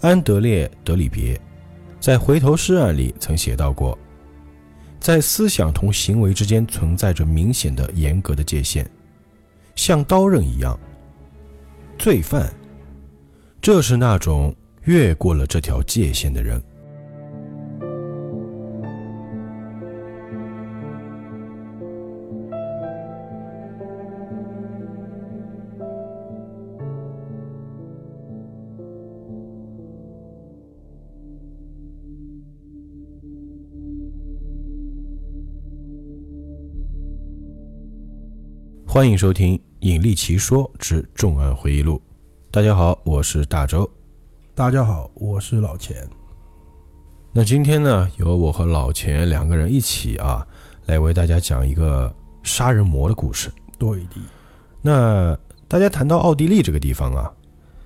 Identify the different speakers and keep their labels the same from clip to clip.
Speaker 1: 安德烈·德里别在《回头诗案》里曾写到过，在思想同行为之间存在着明显的严格的界限，像刀刃一样。罪犯，这是那种越过了这条界限的人。欢迎收听《引力奇说之重案回忆录》。大家好，我是大周。
Speaker 2: 大家好，我是老钱。
Speaker 1: 那今天呢，由我和老钱两个人一起啊，来为大家讲一个杀人魔的故事。
Speaker 2: 对的，
Speaker 1: 那大家谈到奥地利这个地方啊，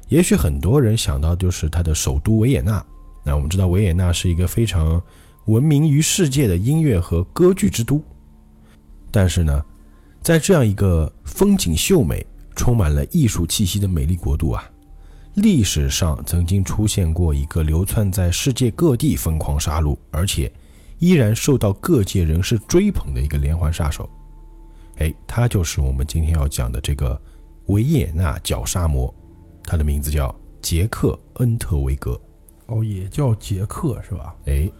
Speaker 1: 也许很多人想到就是它的首都维也纳。那我们知道，维也纳是一个非常闻名于世界的音乐和歌剧之都。但是呢，在这样一个风景秀美、充满了艺术气息的美丽国度啊，历史上曾经出现过一个流窜在世界各地疯狂杀戮，而且依然受到各界人士追捧的一个连环杀手。哎，他就是我们今天要讲的这个维也纳绞杀魔，他的名字叫杰克·恩特维格。
Speaker 2: 哦，也叫捷克是吧？
Speaker 1: 哎，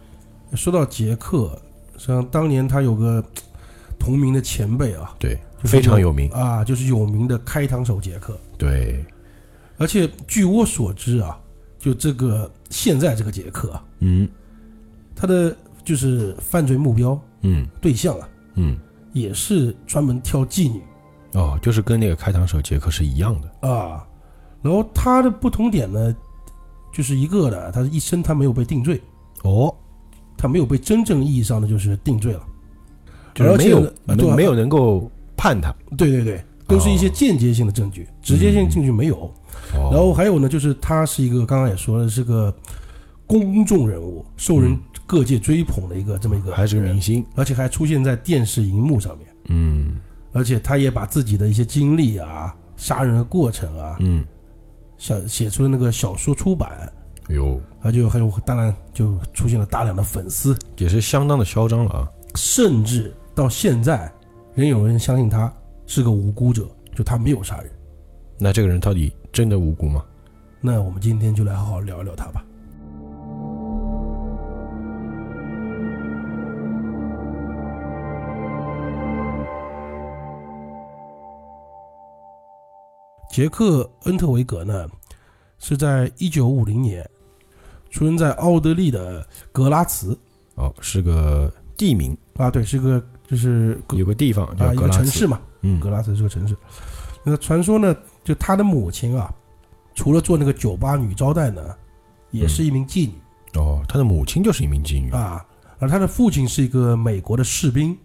Speaker 2: 说到捷克，实际上当年他有个同名的前辈啊，
Speaker 1: 对，
Speaker 2: 就是
Speaker 1: 非常有名。
Speaker 2: 啊，就是有名的开膛手杰克。
Speaker 1: 对，
Speaker 2: 而且据我所知啊，就这个现在这个杰克啊，
Speaker 1: 嗯
Speaker 2: 他的就是犯罪目标
Speaker 1: 嗯
Speaker 2: 对象啊，
Speaker 1: 嗯，
Speaker 2: 也是专门挑妓女
Speaker 1: 哦，就是跟那个开膛手杰克是一样的。
Speaker 2: 啊。然后他的不同点呢，就是一个呢，他一生他没有被定罪，
Speaker 1: 哦，
Speaker 2: 他没有被真正意义上的就是定罪了。
Speaker 1: 就是没有
Speaker 2: 而且呢对
Speaker 1: 能
Speaker 2: 啊
Speaker 1: 没有能够判他。
Speaker 2: 对对对，都是一些间接性的证据，直接性证据没有。
Speaker 1: 然
Speaker 2: 然后还有呢，就是他是一个刚刚也说了，是个公众人物，受人各界追捧的一个这么一个，
Speaker 1: 还是个明，星，
Speaker 2: 而且还出现在电视荧幕上面，
Speaker 1: 嗯
Speaker 2: 而且他也把自己的一些经历啊、杀人的过程啊，
Speaker 1: 嗯，
Speaker 2: 想写出了那个小说出版，
Speaker 1: 哎呦，
Speaker 2: 而且还有当然就出现了大量的粉丝，
Speaker 1: 也是相当的嚣张了啊。
Speaker 2: 甚至到现在仍有人相信他是个无辜者，就他没有杀人。
Speaker 1: 那这个人到底真的无辜吗？
Speaker 2: 那我们今天就来好好聊一聊他吧。杰克·恩特维格呢，是在1950年出生在奥地利的格拉茨
Speaker 1: 哦，是个地名，
Speaker 2: 啊，对，是个就是格
Speaker 1: 有个地方叫
Speaker 2: 啊一
Speaker 1: 格
Speaker 2: 个
Speaker 1: 拉
Speaker 2: 城
Speaker 1: 斯，
Speaker 2: 市嘛，
Speaker 1: 嗯
Speaker 2: 格拉茨是个城市。那传说呢，就他的母亲啊，除了做那个酒吧女招待呢，也
Speaker 1: 嗯
Speaker 2: 是一名妓女、
Speaker 1: 哦，他的母亲就是一名妓女，
Speaker 2: 啊。而他的父亲是一个美国的士兵，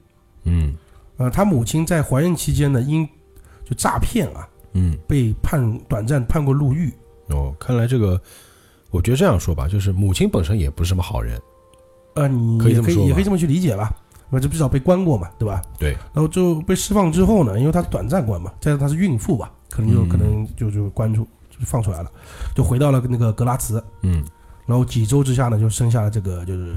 Speaker 1: 嗯
Speaker 2: 呃，他母亲在怀孕期间呢，因就诈骗啊，
Speaker 1: 嗯，
Speaker 2: 被判短暂判过入狱。
Speaker 1: 哦，看来这个，我觉得这样说吧，就是母亲本身也不是什么好人，
Speaker 2: 呃，你
Speaker 1: 可以
Speaker 2: 也
Speaker 1: 这么
Speaker 2: 可以
Speaker 1: 说吧
Speaker 2: 也可以这么去理解吧，那这至少被关过嘛，对吧？
Speaker 1: 对。
Speaker 2: 然后就被释放之后呢，因为他是短暂关嘛，再加上他是孕妇吧，可能就、
Speaker 1: 嗯
Speaker 2: 可能就就关出就放出来了，就回到了那个格拉茨。
Speaker 1: 嗯，
Speaker 2: 然后几周之下呢，就生下了这个就是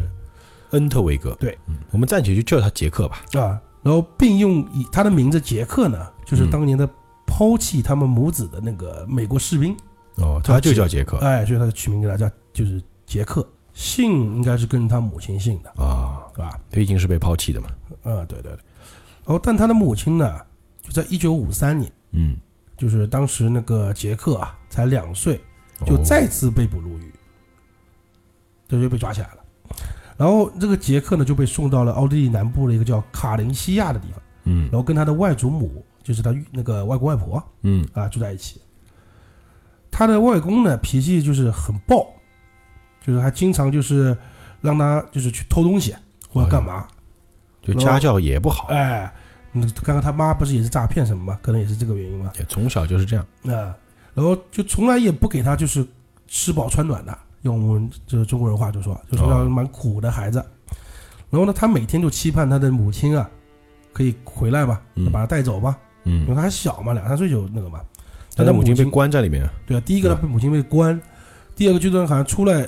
Speaker 1: 恩特维格，
Speaker 2: 对
Speaker 1: 嗯，我们暂且就叫他杰克吧，
Speaker 2: 啊，然后并用以他的名字杰克呢，就是当年的抛弃他们母子的那个美国士兵，
Speaker 1: 哦，他就叫杰克
Speaker 2: 哎，所以他就取名给大家就是杰克，姓应该是跟他母亲姓的，
Speaker 1: 啊，
Speaker 2: 对吧？
Speaker 1: 毕竟是被抛弃的嘛，
Speaker 2: 啊，对对对。然后，但他的母亲呢，就在一九五三年，
Speaker 1: 嗯，
Speaker 2: 就是当时那个杰克啊才两岁，
Speaker 1: 哦
Speaker 2: 就再次被捕入狱，这就被抓起来了。然后这个杰克呢就被送到了奥地利南部的一个叫卡林西亚的地方，
Speaker 1: 嗯
Speaker 2: 然后跟他的外祖母，就是他那个外公外婆
Speaker 1: 嗯
Speaker 2: 啊住在一起。他的外公呢脾气就是很暴，就是还经常就是让他就是去偷东西或者干嘛，
Speaker 1: 就家教也不好，
Speaker 2: 哎，嗯刚刚他妈不是也是诈骗什么吗？可能也是这个原因嘛。
Speaker 1: 也从小就是这样，
Speaker 2: 啊，然后就从来也不给他就是吃饱穿暖的，用我们就是中国人话就说，就是
Speaker 1: 哦
Speaker 2: 要蛮苦的孩子。然后呢，他每天就期盼他的母亲啊，可以回来吧，
Speaker 1: 嗯
Speaker 2: 把他带走吧，
Speaker 1: 嗯
Speaker 2: 因为，他还小嘛，两三岁就那个嘛。
Speaker 1: 但
Speaker 2: 但
Speaker 1: 他
Speaker 2: 他
Speaker 1: 母
Speaker 2: 母
Speaker 1: 亲
Speaker 2: 亲
Speaker 1: 被关在里面，
Speaker 2: 对啊，第一个
Speaker 1: 对
Speaker 2: 他被母亲被关，第二个阶段好像出来，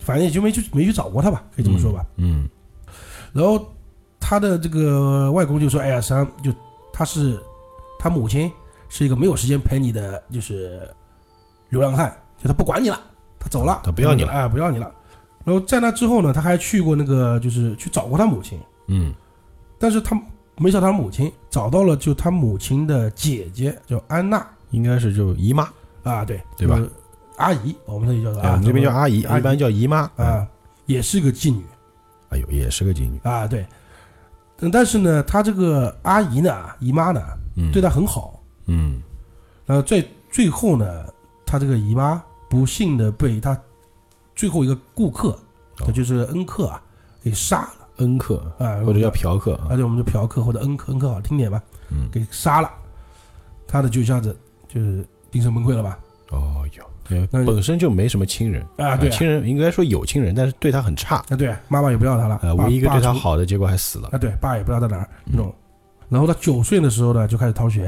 Speaker 2: 反正也就没去没去找过他吧，可以这么说吧。
Speaker 1: 嗯，
Speaker 2: 然后他的这个外公就说：“哎呀，实际上就他是他母亲是一个没有时间陪你的，就是流浪汉，就他不管你了，他走了，
Speaker 1: 他不要你了
Speaker 2: 哎，不要你了。”然后在那之后呢，他还去过那个，就是去找过他母亲，
Speaker 1: 嗯
Speaker 2: 但是他没找他母亲，找到了就他母亲的姐姐，叫安娜
Speaker 1: 嗯，应该是就姨妈，
Speaker 2: 啊，对
Speaker 1: 对吧？
Speaker 2: 就是阿姨，我们这里叫她
Speaker 1: 哎，我
Speaker 2: 啊
Speaker 1: 们，这边叫
Speaker 2: 啊
Speaker 1: 阿姨，
Speaker 2: 阿姨
Speaker 1: 一般叫姨妈。嗯，
Speaker 2: 啊，也是个妓女，
Speaker 1: 哎呦，也是个妓女。
Speaker 2: 啊，对。嗯但是呢，她这个阿姨呢，姨妈呢，
Speaker 1: 嗯，
Speaker 2: 对
Speaker 1: 的，
Speaker 2: 她很好。
Speaker 1: 嗯，
Speaker 2: 然后最最后呢，她这个姨妈不幸的被她最后一个顾客，
Speaker 1: 哦
Speaker 2: 那就是恩客啊，给杀了
Speaker 1: 恩客
Speaker 2: 啊，
Speaker 1: 或者叫嫖客啊
Speaker 2: 而。且我们就嫖客或者恩客，恩客好听点吧，
Speaker 1: 嗯，
Speaker 2: 给杀了。她的就一下子就是精神崩溃了吧？
Speaker 1: 哦哟，因为
Speaker 2: 那
Speaker 1: 本身就没什么亲人哎
Speaker 2: 啊，对啊，
Speaker 1: 亲人应该说有亲人，但是对他很差。
Speaker 2: 啊对，妈妈也不要她了，
Speaker 1: 呃，
Speaker 2: 爸
Speaker 1: 唯一一个
Speaker 2: 爸
Speaker 1: 对他
Speaker 2: 从
Speaker 1: 好的，结果还死了。
Speaker 2: 啊，对，爸也不知道在哪儿
Speaker 1: 嗯
Speaker 2: 那种。然后他九岁的时候呢，就开始逃学，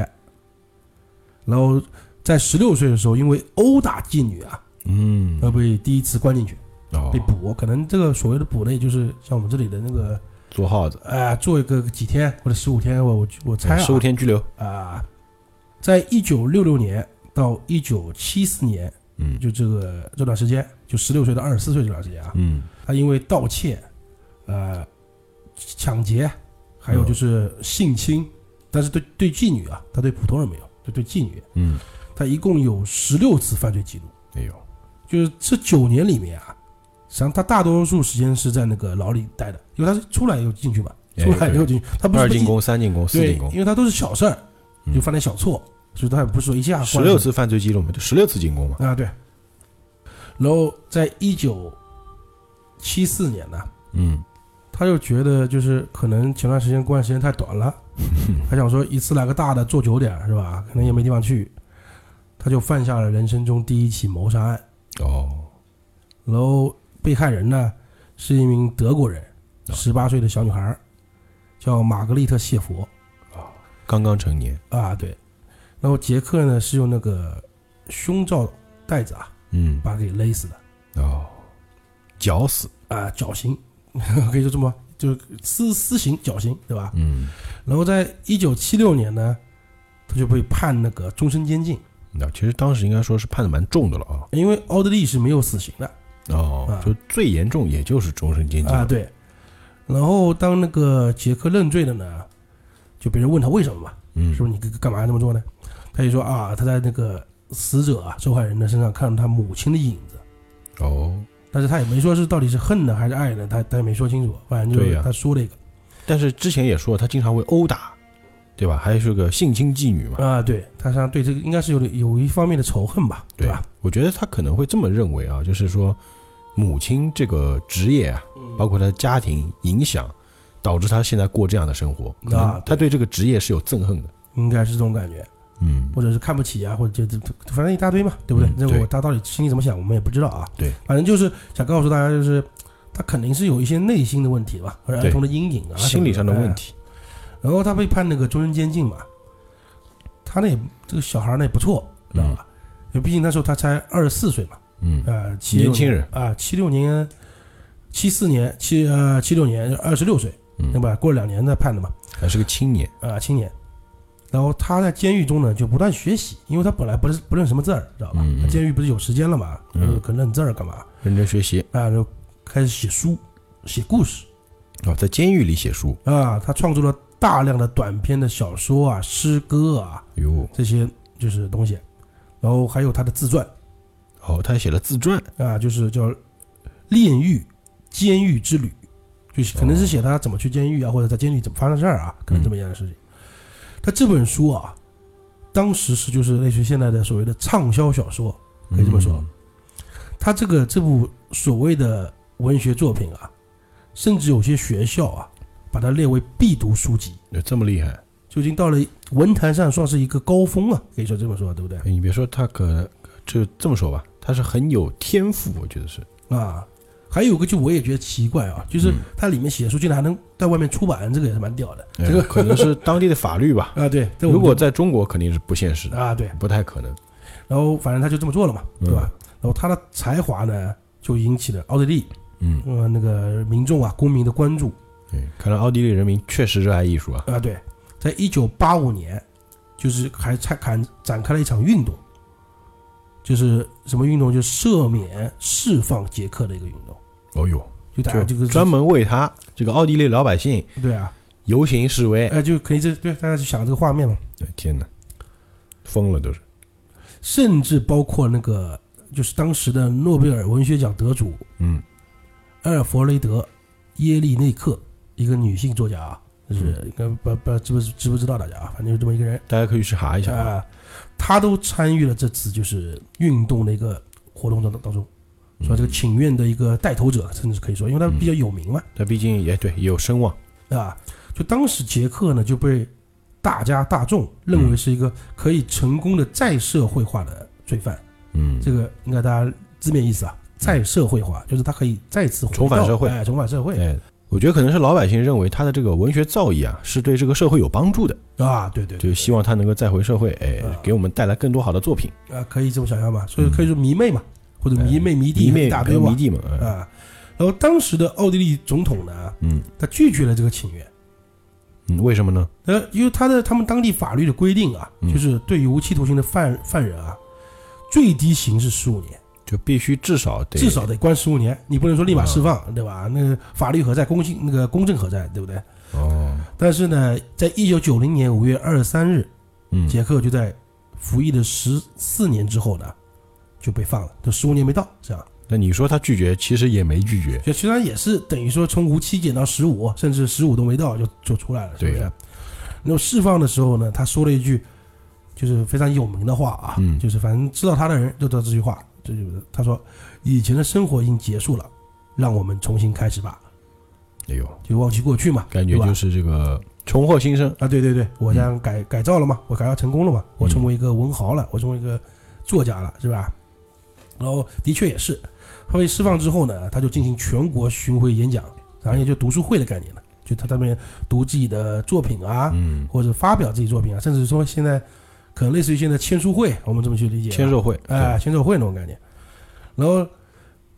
Speaker 2: 然后在十六岁的时候，因为殴打妓女啊，
Speaker 1: 嗯，
Speaker 2: 要被第一次关进去，
Speaker 1: 哦
Speaker 2: 被，捕。可能这个所谓的捕呢，也就是像我们这里的那个，
Speaker 1: 做耗子，
Speaker 2: 呃，做一个几天或者十五天，我我我猜啊，
Speaker 1: 哎十五天拘留。
Speaker 2: 啊、在一九六六年到一九七四年，
Speaker 1: 嗯
Speaker 2: 就这个这段时间，就十六岁到二十四岁这段时间啊，
Speaker 1: 嗯
Speaker 2: 他因为盗窃、呃抢劫，还
Speaker 1: 嗯
Speaker 2: 有就是性侵，但是对对妓女啊，他对普通人没有，就对妓女，
Speaker 1: 嗯，
Speaker 2: 他一共有十六次犯罪记录。
Speaker 1: 哎呦，
Speaker 2: 就是这九年里面啊，实际上他大多数时间是在那个牢里待的，因为他是出来又进去嘛，
Speaker 1: 哎
Speaker 2: 出来
Speaker 1: 对
Speaker 2: 又进去，他不是
Speaker 1: 二
Speaker 2: 不
Speaker 1: 进
Speaker 2: 进
Speaker 1: 宫、三进宫、四
Speaker 2: 对
Speaker 1: 进，宫
Speaker 2: 因，为他都是小事儿，
Speaker 1: 嗯
Speaker 2: 就犯点小错，所以他也不是说一啊下关
Speaker 1: 十六次犯罪记录嘛，就十六次进宫嘛。
Speaker 2: 啊，对。然后在一九七四年呢，
Speaker 1: 嗯
Speaker 2: 他就觉得就是可能前段时间关的时间太短了，他想说一次来个大的做久点儿是吧？可能也没地方去，他就犯下了人生中第一起谋杀案。
Speaker 1: 哦，
Speaker 2: 然后被害人呢是一名德国人，
Speaker 1: 哦
Speaker 2: 十八岁的小女孩儿，叫玛格丽特·谢佛
Speaker 1: 刚刚成年。
Speaker 2: 啊，对。然后杰克呢是用那个胸罩带子啊
Speaker 1: 嗯
Speaker 2: 把他给勒死的
Speaker 1: 哦，绞死。
Speaker 2: 啊，绞刑， 可以就这么就是私私刑绞刑对吧？
Speaker 1: 嗯，
Speaker 2: 然后在一九七六年呢，他就被判那个终身监禁，
Speaker 1: 那其实当时应该说是判的蛮重的了啊。
Speaker 2: 因为奥地利是没有死刑的
Speaker 1: 哦
Speaker 2: 啊，
Speaker 1: 就最严重也就是终身监禁
Speaker 2: 啊，。对。然后当那个杰克认罪了呢，就别人问他为什么嘛，
Speaker 1: 嗯，
Speaker 2: 是不是你干干嘛这么做呢？他就说啊，他在那个死者啊受害人的身上看到他母亲的影子，
Speaker 1: 哦，
Speaker 2: 但是他也没说是到底是恨呢还是爱呢，他他也没说清楚，反正就
Speaker 1: 对
Speaker 2: 是
Speaker 1: 呀
Speaker 2: 他说了一个
Speaker 1: 但是之前也说他经常会殴打，对吧？还是个性侵妓女嘛，
Speaker 2: 啊，对他实际上对这个应该是有点有一方面的仇恨吧，对吧？？
Speaker 1: 我觉得他可能会这么认为啊，就是说母亲这个职业啊，
Speaker 2: 嗯
Speaker 1: 包括他的家庭影响，导致他现在过这样的生活。可能
Speaker 2: 啊
Speaker 1: 他对这个职业是有憎恨的。
Speaker 2: 应该是这种感觉，
Speaker 1: 嗯，
Speaker 2: 或者是看不起啊，或者就就就反正一大堆嘛，对不对
Speaker 1: 嗯？
Speaker 2: 那、
Speaker 1: 对
Speaker 2: 我他到底心里怎么想，我们也不知道啊。
Speaker 1: 对，
Speaker 2: 反正就是想告诉大家，就是他肯定是有一些内心的问题吧，或者儿
Speaker 1: 对
Speaker 2: 童的阴影啊，
Speaker 1: 心理上的
Speaker 2: 什么
Speaker 1: 问
Speaker 2: 哎
Speaker 1: 题。
Speaker 2: 然后他被判那个终身监禁嘛，他那也这个小孩儿呢也不错，知道吧？因为毕竟那时候他才二十四岁嘛，
Speaker 1: 嗯，
Speaker 2: 呃，76
Speaker 1: 年轻人
Speaker 2: 啊，七六年、七四年、七呃七六年二十六岁，
Speaker 1: 嗯
Speaker 2: 对吧？过了两年再判的嘛，
Speaker 1: 还是个青年。
Speaker 2: 啊、青年。然后他在监狱中呢，就不断学习，因为他本来不是不认什么字儿，知道吧？
Speaker 1: 嗯嗯
Speaker 2: 他监狱不是有时间了嘛，呃
Speaker 1: 嗯
Speaker 2: 可认字儿干嘛？
Speaker 1: 认真学习
Speaker 2: 啊，就开始写书、写故事
Speaker 1: 哦，在监狱里写书。
Speaker 2: 啊。他创作了大量的短篇的小说啊、诗歌啊，
Speaker 1: 哟，
Speaker 2: 这些就是东西，然后还有他的自传
Speaker 1: 哦，他还写了自传。
Speaker 2: 啊，就是叫《炼狱监狱之旅》，就是可能是写他怎么去监狱啊，或者在监狱怎么发生事儿啊，可能这么一样的事情。他这本书啊，当时是就是类似于现在的所谓的畅销小说。可以这么说
Speaker 1: 嗯
Speaker 2: 他这个这部所谓的文学作品啊，甚至有些学校啊，把它列为必读书籍，
Speaker 1: 有这么厉害？
Speaker 2: 就已经到了文坛上算是一个高峰啊，可以说这么说，对不对？
Speaker 1: 哎你别说他可能就这么说吧，他是很有天赋，我觉得是。
Speaker 2: 啊，还有一个就我也觉得奇怪啊，就是它里面写书竟然还能在外面出版，这个也是蛮屌的。
Speaker 1: 哎
Speaker 2: 这个
Speaker 1: 可能是当地的法律 吧。
Speaker 2: 啊，对，这我们
Speaker 1: 如果在中国肯定是不现实的，
Speaker 2: 啊对，
Speaker 1: 不太可能。嗯
Speaker 2: 然后反正他就这么做了嘛，对吧？然后他的才华呢，就引起了奥地利
Speaker 1: 嗯，
Speaker 2: 呃那个民众啊公民的关注
Speaker 1: 对，哎看来奥地利人民确实热爱艺术啊。
Speaker 2: 啊、对，在一九八五年，就是还展展展开了一场运动，就是什么运动？就赦免释放捷克的一个运动，
Speaker 1: 哦呦，
Speaker 2: 就大家啊这
Speaker 1: 就
Speaker 2: 个
Speaker 1: 专门为他这个奥地利老百姓
Speaker 2: 对啊，
Speaker 1: 游行示威
Speaker 2: 哎、。就可以这对大家就想这个画面嘛，
Speaker 1: 对，天哪，疯了都是。
Speaker 2: 甚至包括那个就是当时的诺贝尔文学奖得主
Speaker 1: 嗯
Speaker 2: 埃尔弗雷德·耶利内克，一个女性作家啊，就是
Speaker 1: 嗯
Speaker 2: 应该不不知不知不知道大家啊，反正就这么一个人
Speaker 1: 大家可以去查一下啊。
Speaker 2: 啊，她都参与了这次就是运动的一个活动当当中，
Speaker 1: 嗯
Speaker 2: 说这个请愿的一个带头者，甚至可以说，因为她比较有名嘛，
Speaker 1: 他毕竟也对也有声望。
Speaker 2: 啊，就当时捷克呢就被大家大众认
Speaker 1: 嗯
Speaker 2: 为是一个可以成功的再社会化的罪犯，
Speaker 1: 嗯，
Speaker 2: 这个应该大家字面意思啊，再社会化就是他可以再次回到
Speaker 1: 重返社会
Speaker 2: 哎，重返社会
Speaker 1: 哎，我觉得可能是老百姓认为他的这个文学造诣啊，是对这个社会有帮助的，
Speaker 2: 啊，对对对。
Speaker 1: 就希望他能够再回社会，哎
Speaker 2: 啊，
Speaker 1: 给我们带来更多好的作品。
Speaker 2: 啊，可以这么想象吧，所以可以说迷妹嘛，或者迷妹迷
Speaker 1: 嗯哎
Speaker 2: 弟
Speaker 1: 迷
Speaker 2: 一
Speaker 1: 妹
Speaker 2: 大堆
Speaker 1: 跟迷
Speaker 2: 嘛
Speaker 1: 弟们，哎
Speaker 2: 啊。然后当时的奥地利总统呢，
Speaker 1: 嗯
Speaker 2: 他拒绝了这个请愿，
Speaker 1: 嗯，为什么呢？
Speaker 2: 呃，因为他的他们当地法律的规定啊，
Speaker 1: 嗯
Speaker 2: 就是对于无期徒刑的犯犯人啊，最低刑是十五年，
Speaker 1: 就必须至少得
Speaker 2: 至少得关十五年，你不能说立马释放，对吧？那法律何在，公信那个公正何在，对不对？
Speaker 1: 哦，
Speaker 2: 但是呢，在一九九零年五月二十三日，
Speaker 1: 嗯，
Speaker 2: 杰克就在服役的十四年之后呢，就被放了，就十五年没到，这样。
Speaker 1: 那你说他拒绝，其实也没拒绝，
Speaker 2: 就虽然也是等于说从无期减到十五，甚至十五都没到就就出来了，是不
Speaker 1: 对
Speaker 2: 是？那么释放的时候呢，他说了一句就是非常有名的话啊，
Speaker 1: 嗯
Speaker 2: 就是反正知道他的人都知道这句话，这就是他说以前的生活已经结束了，让我们重新开始吧，
Speaker 1: 哎呦，
Speaker 2: 就忘记过去嘛，
Speaker 1: 感觉
Speaker 2: 对吧
Speaker 1: 就是这个重获新生，
Speaker 2: 啊，对对对，
Speaker 1: 嗯
Speaker 2: 我这样改、改造了嘛，我改造成功了嘛，我成为一个文豪了，我成为一个作家了，是吧？然后的确也是，他被释放之后呢，他就进行全国巡回演讲，然后也就读书会的概念了，就他在那边读自己的作品啊，
Speaker 1: 嗯，
Speaker 2: 或者发表自己作品啊，甚至说现在可能类似于现在签书会，我们这么去理解啊，
Speaker 1: 签售会，
Speaker 2: 哎，签售会那种概念。然后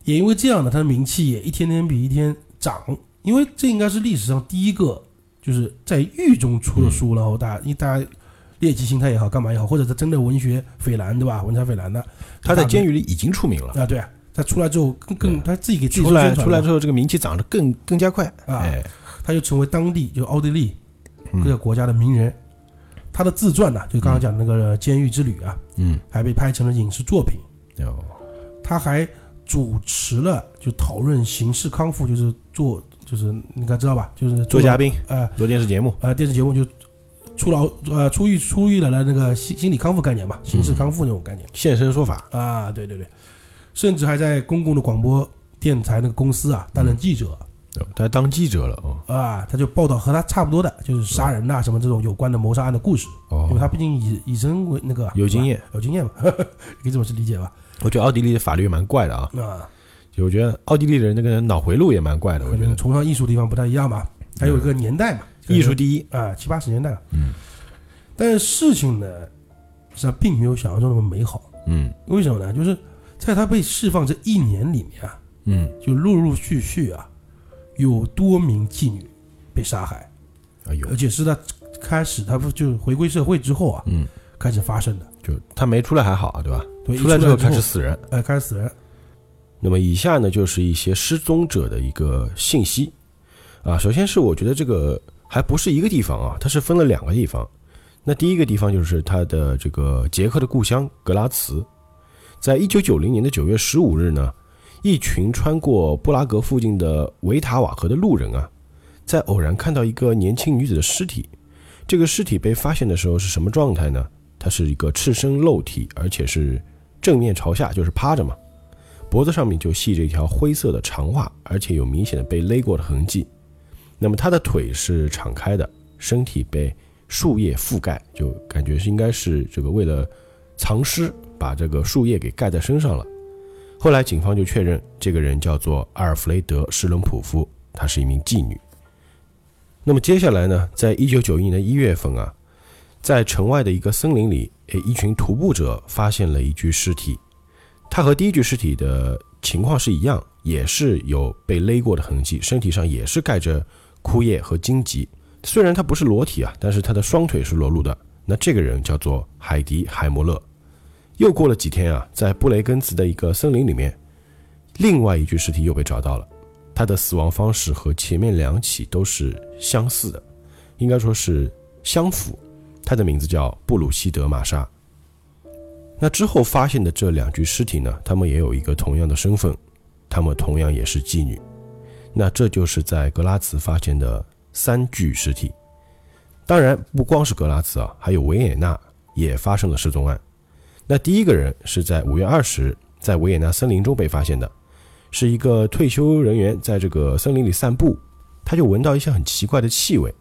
Speaker 2: 也因为这样呢，他的名气也一天天比一天涨，因为这应该是历史上第一个就是在狱中出的书，然后大家
Speaker 1: 嗯
Speaker 2: 因为大家猎奇心态也好，干嘛也好，或者他真的文学斐然对吧？文采斐然的
Speaker 1: 对他在
Speaker 2: 大
Speaker 1: 监狱里已经出名了，
Speaker 2: 啊，对啊，他出来之后更更他自己给自己
Speaker 1: 出
Speaker 2: 做
Speaker 1: 来
Speaker 2: 宣传
Speaker 1: 嗯出来
Speaker 2: 嘛
Speaker 1: 之后，这个名气涨得更更加快，
Speaker 2: 啊，
Speaker 1: 哎，
Speaker 2: 他就成为当地就奥地利
Speaker 1: 嗯
Speaker 2: 各个国家的名人。他的自传呢、就刚刚讲的那个《监狱之旅》啊，
Speaker 1: 嗯，
Speaker 2: 还被拍成了影视作品。
Speaker 1: 哦，
Speaker 2: 他还主持了就讨论刑事康复，就是做就是你该知道吧，就是
Speaker 1: 做嘉宾，
Speaker 2: 呃
Speaker 1: 做电视节目，
Speaker 2: 呃电视节目就出牢呃出狱出狱了的那个心心理康复概念
Speaker 1: 嗯
Speaker 2: 嘛，刑事康复那种概念、
Speaker 1: 现身说法，
Speaker 2: 啊，对对对，甚至还在公共的广播电台那个公司啊担任记者、
Speaker 1: 哦他当记者了，哦，
Speaker 2: 啊，他就报道和他差不多的就是杀人呐、什么这种有关的谋杀案的故事，因为他
Speaker 1: 哦，
Speaker 2: 毕竟以以身为那个啊
Speaker 1: 有经，验
Speaker 2: 是吧有经验嘛， 可以这么去理解吧
Speaker 1: 我觉得奥地利的法律也蛮怪的啊，
Speaker 2: 啊。
Speaker 1: 就我觉得奥地利人那个脑回路也蛮怪的，我
Speaker 2: 可
Speaker 1: 觉
Speaker 2: 能
Speaker 1: 得
Speaker 2: 崇尚艺术的地方不太一样吧，还有一个年代嘛，
Speaker 1: 艺术第一，
Speaker 2: 啊七八十年代了，
Speaker 1: 嗯，
Speaker 2: 但是事情呢，实际上并没有想象中那么美好。
Speaker 1: 嗯
Speaker 2: 为什么呢？就是在他被释放这一年里面啊，
Speaker 1: 嗯，
Speaker 2: 就陆陆续续啊，有多名妓女被杀害，
Speaker 1: 哎呦
Speaker 2: 而，且是他开始他不就回归社会之后啊，
Speaker 1: 嗯，
Speaker 2: 开始发生的，
Speaker 1: 就他没出来还好啊，对吧？
Speaker 2: 对，
Speaker 1: 出来之后
Speaker 2: 一
Speaker 1: 开始死人。
Speaker 2: 呃开始死人，
Speaker 1: 那么以下呢，就是一些失踪者的一个信息啊。首先是我觉得这个还不是一个地方啊，它是分了两个地方。那第一个地方就是它的这个捷克的故乡格拉茨，在一九九零年的九月十五日呢，一群穿过布拉格附近的维塔瓦河的路人啊，在偶然看到一个年轻女子的尸体。这个尸体被发现的时候是什么状态呢？它是一个赤身露体，而且是正面朝下，就是趴着嘛。脖子上面就系着一条灰色的长袜，而且有明显的被勒过的痕迹。那么他的腿是敞开的，身体被树叶覆盖，就感觉是应该是这个为了藏尸，把这个树叶给盖在身上了。后来警方就确认这个人叫做阿尔弗雷德·施伦普夫，她是一名妓女。那么接下来呢，在一九九一年的一月份啊，在城外的一个森林里，诶，一群徒步者发现了一具尸体，他和第一具尸体的情况是一样，也是有被勒过的痕迹，身体上也是盖着枯叶和荆棘。虽然他不是裸体啊，但是他的双腿是裸露的。那这个人叫做海迪·海默勒。又过了几天啊，在布雷根茨的一个森林里面，另外一具尸体又被找到了。他的死亡方式和前面两起都是相似的，应该说是相符。他的名字叫布鲁西德·玛莎。那之后发现的这两具尸体呢，他们也有一个同样的身份，他们同样也是妓女。那这就是在格拉茨发现的三具尸体。当然，不光是格拉茨啊，还有维也纳也发生了失踪案。那第一个人是在五月二十日在维也纳森林中被发现的，是一个退休人员在这个森林里散步，他就闻到一些很奇怪的气味，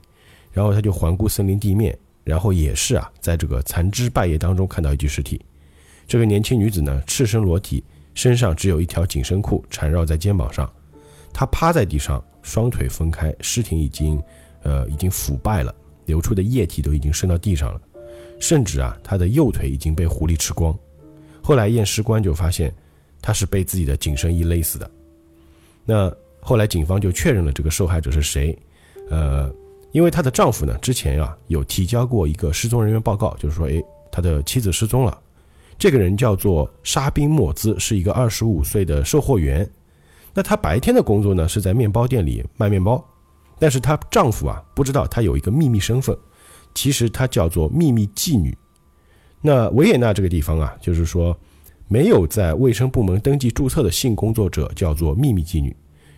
Speaker 1: 然后他就环顾森林地面，然后也是啊，在这个残枝败叶当中看到一具尸体。这个年轻女子呢，赤身裸体，身上只有一条紧身裤缠绕在肩膀上，她趴在地上，双腿分开，尸体已经，呃，已经腐败了，流出的液体都已经渗到地上了，甚至啊，她的右腿已经被狐狸吃光。后来验尸官就发现，她是被自己的紧身衣勒死的。那后来警方就确认了这个受害者是谁，呃，因为她的丈夫呢，之前啊有提交过一个失踪人员报告，就是说，诶，他的妻子失踪了。这个人叫做沙宾莫兹，是一个二十五岁的售货员。那她白天的工作呢是在面包店里卖面包，但是她丈夫啊不知道她有一个秘密身份，其实她叫做秘密妓女。那维也纳这个地方啊，就是说没有在卫生部门登记注册的性工作者叫做秘密妓女，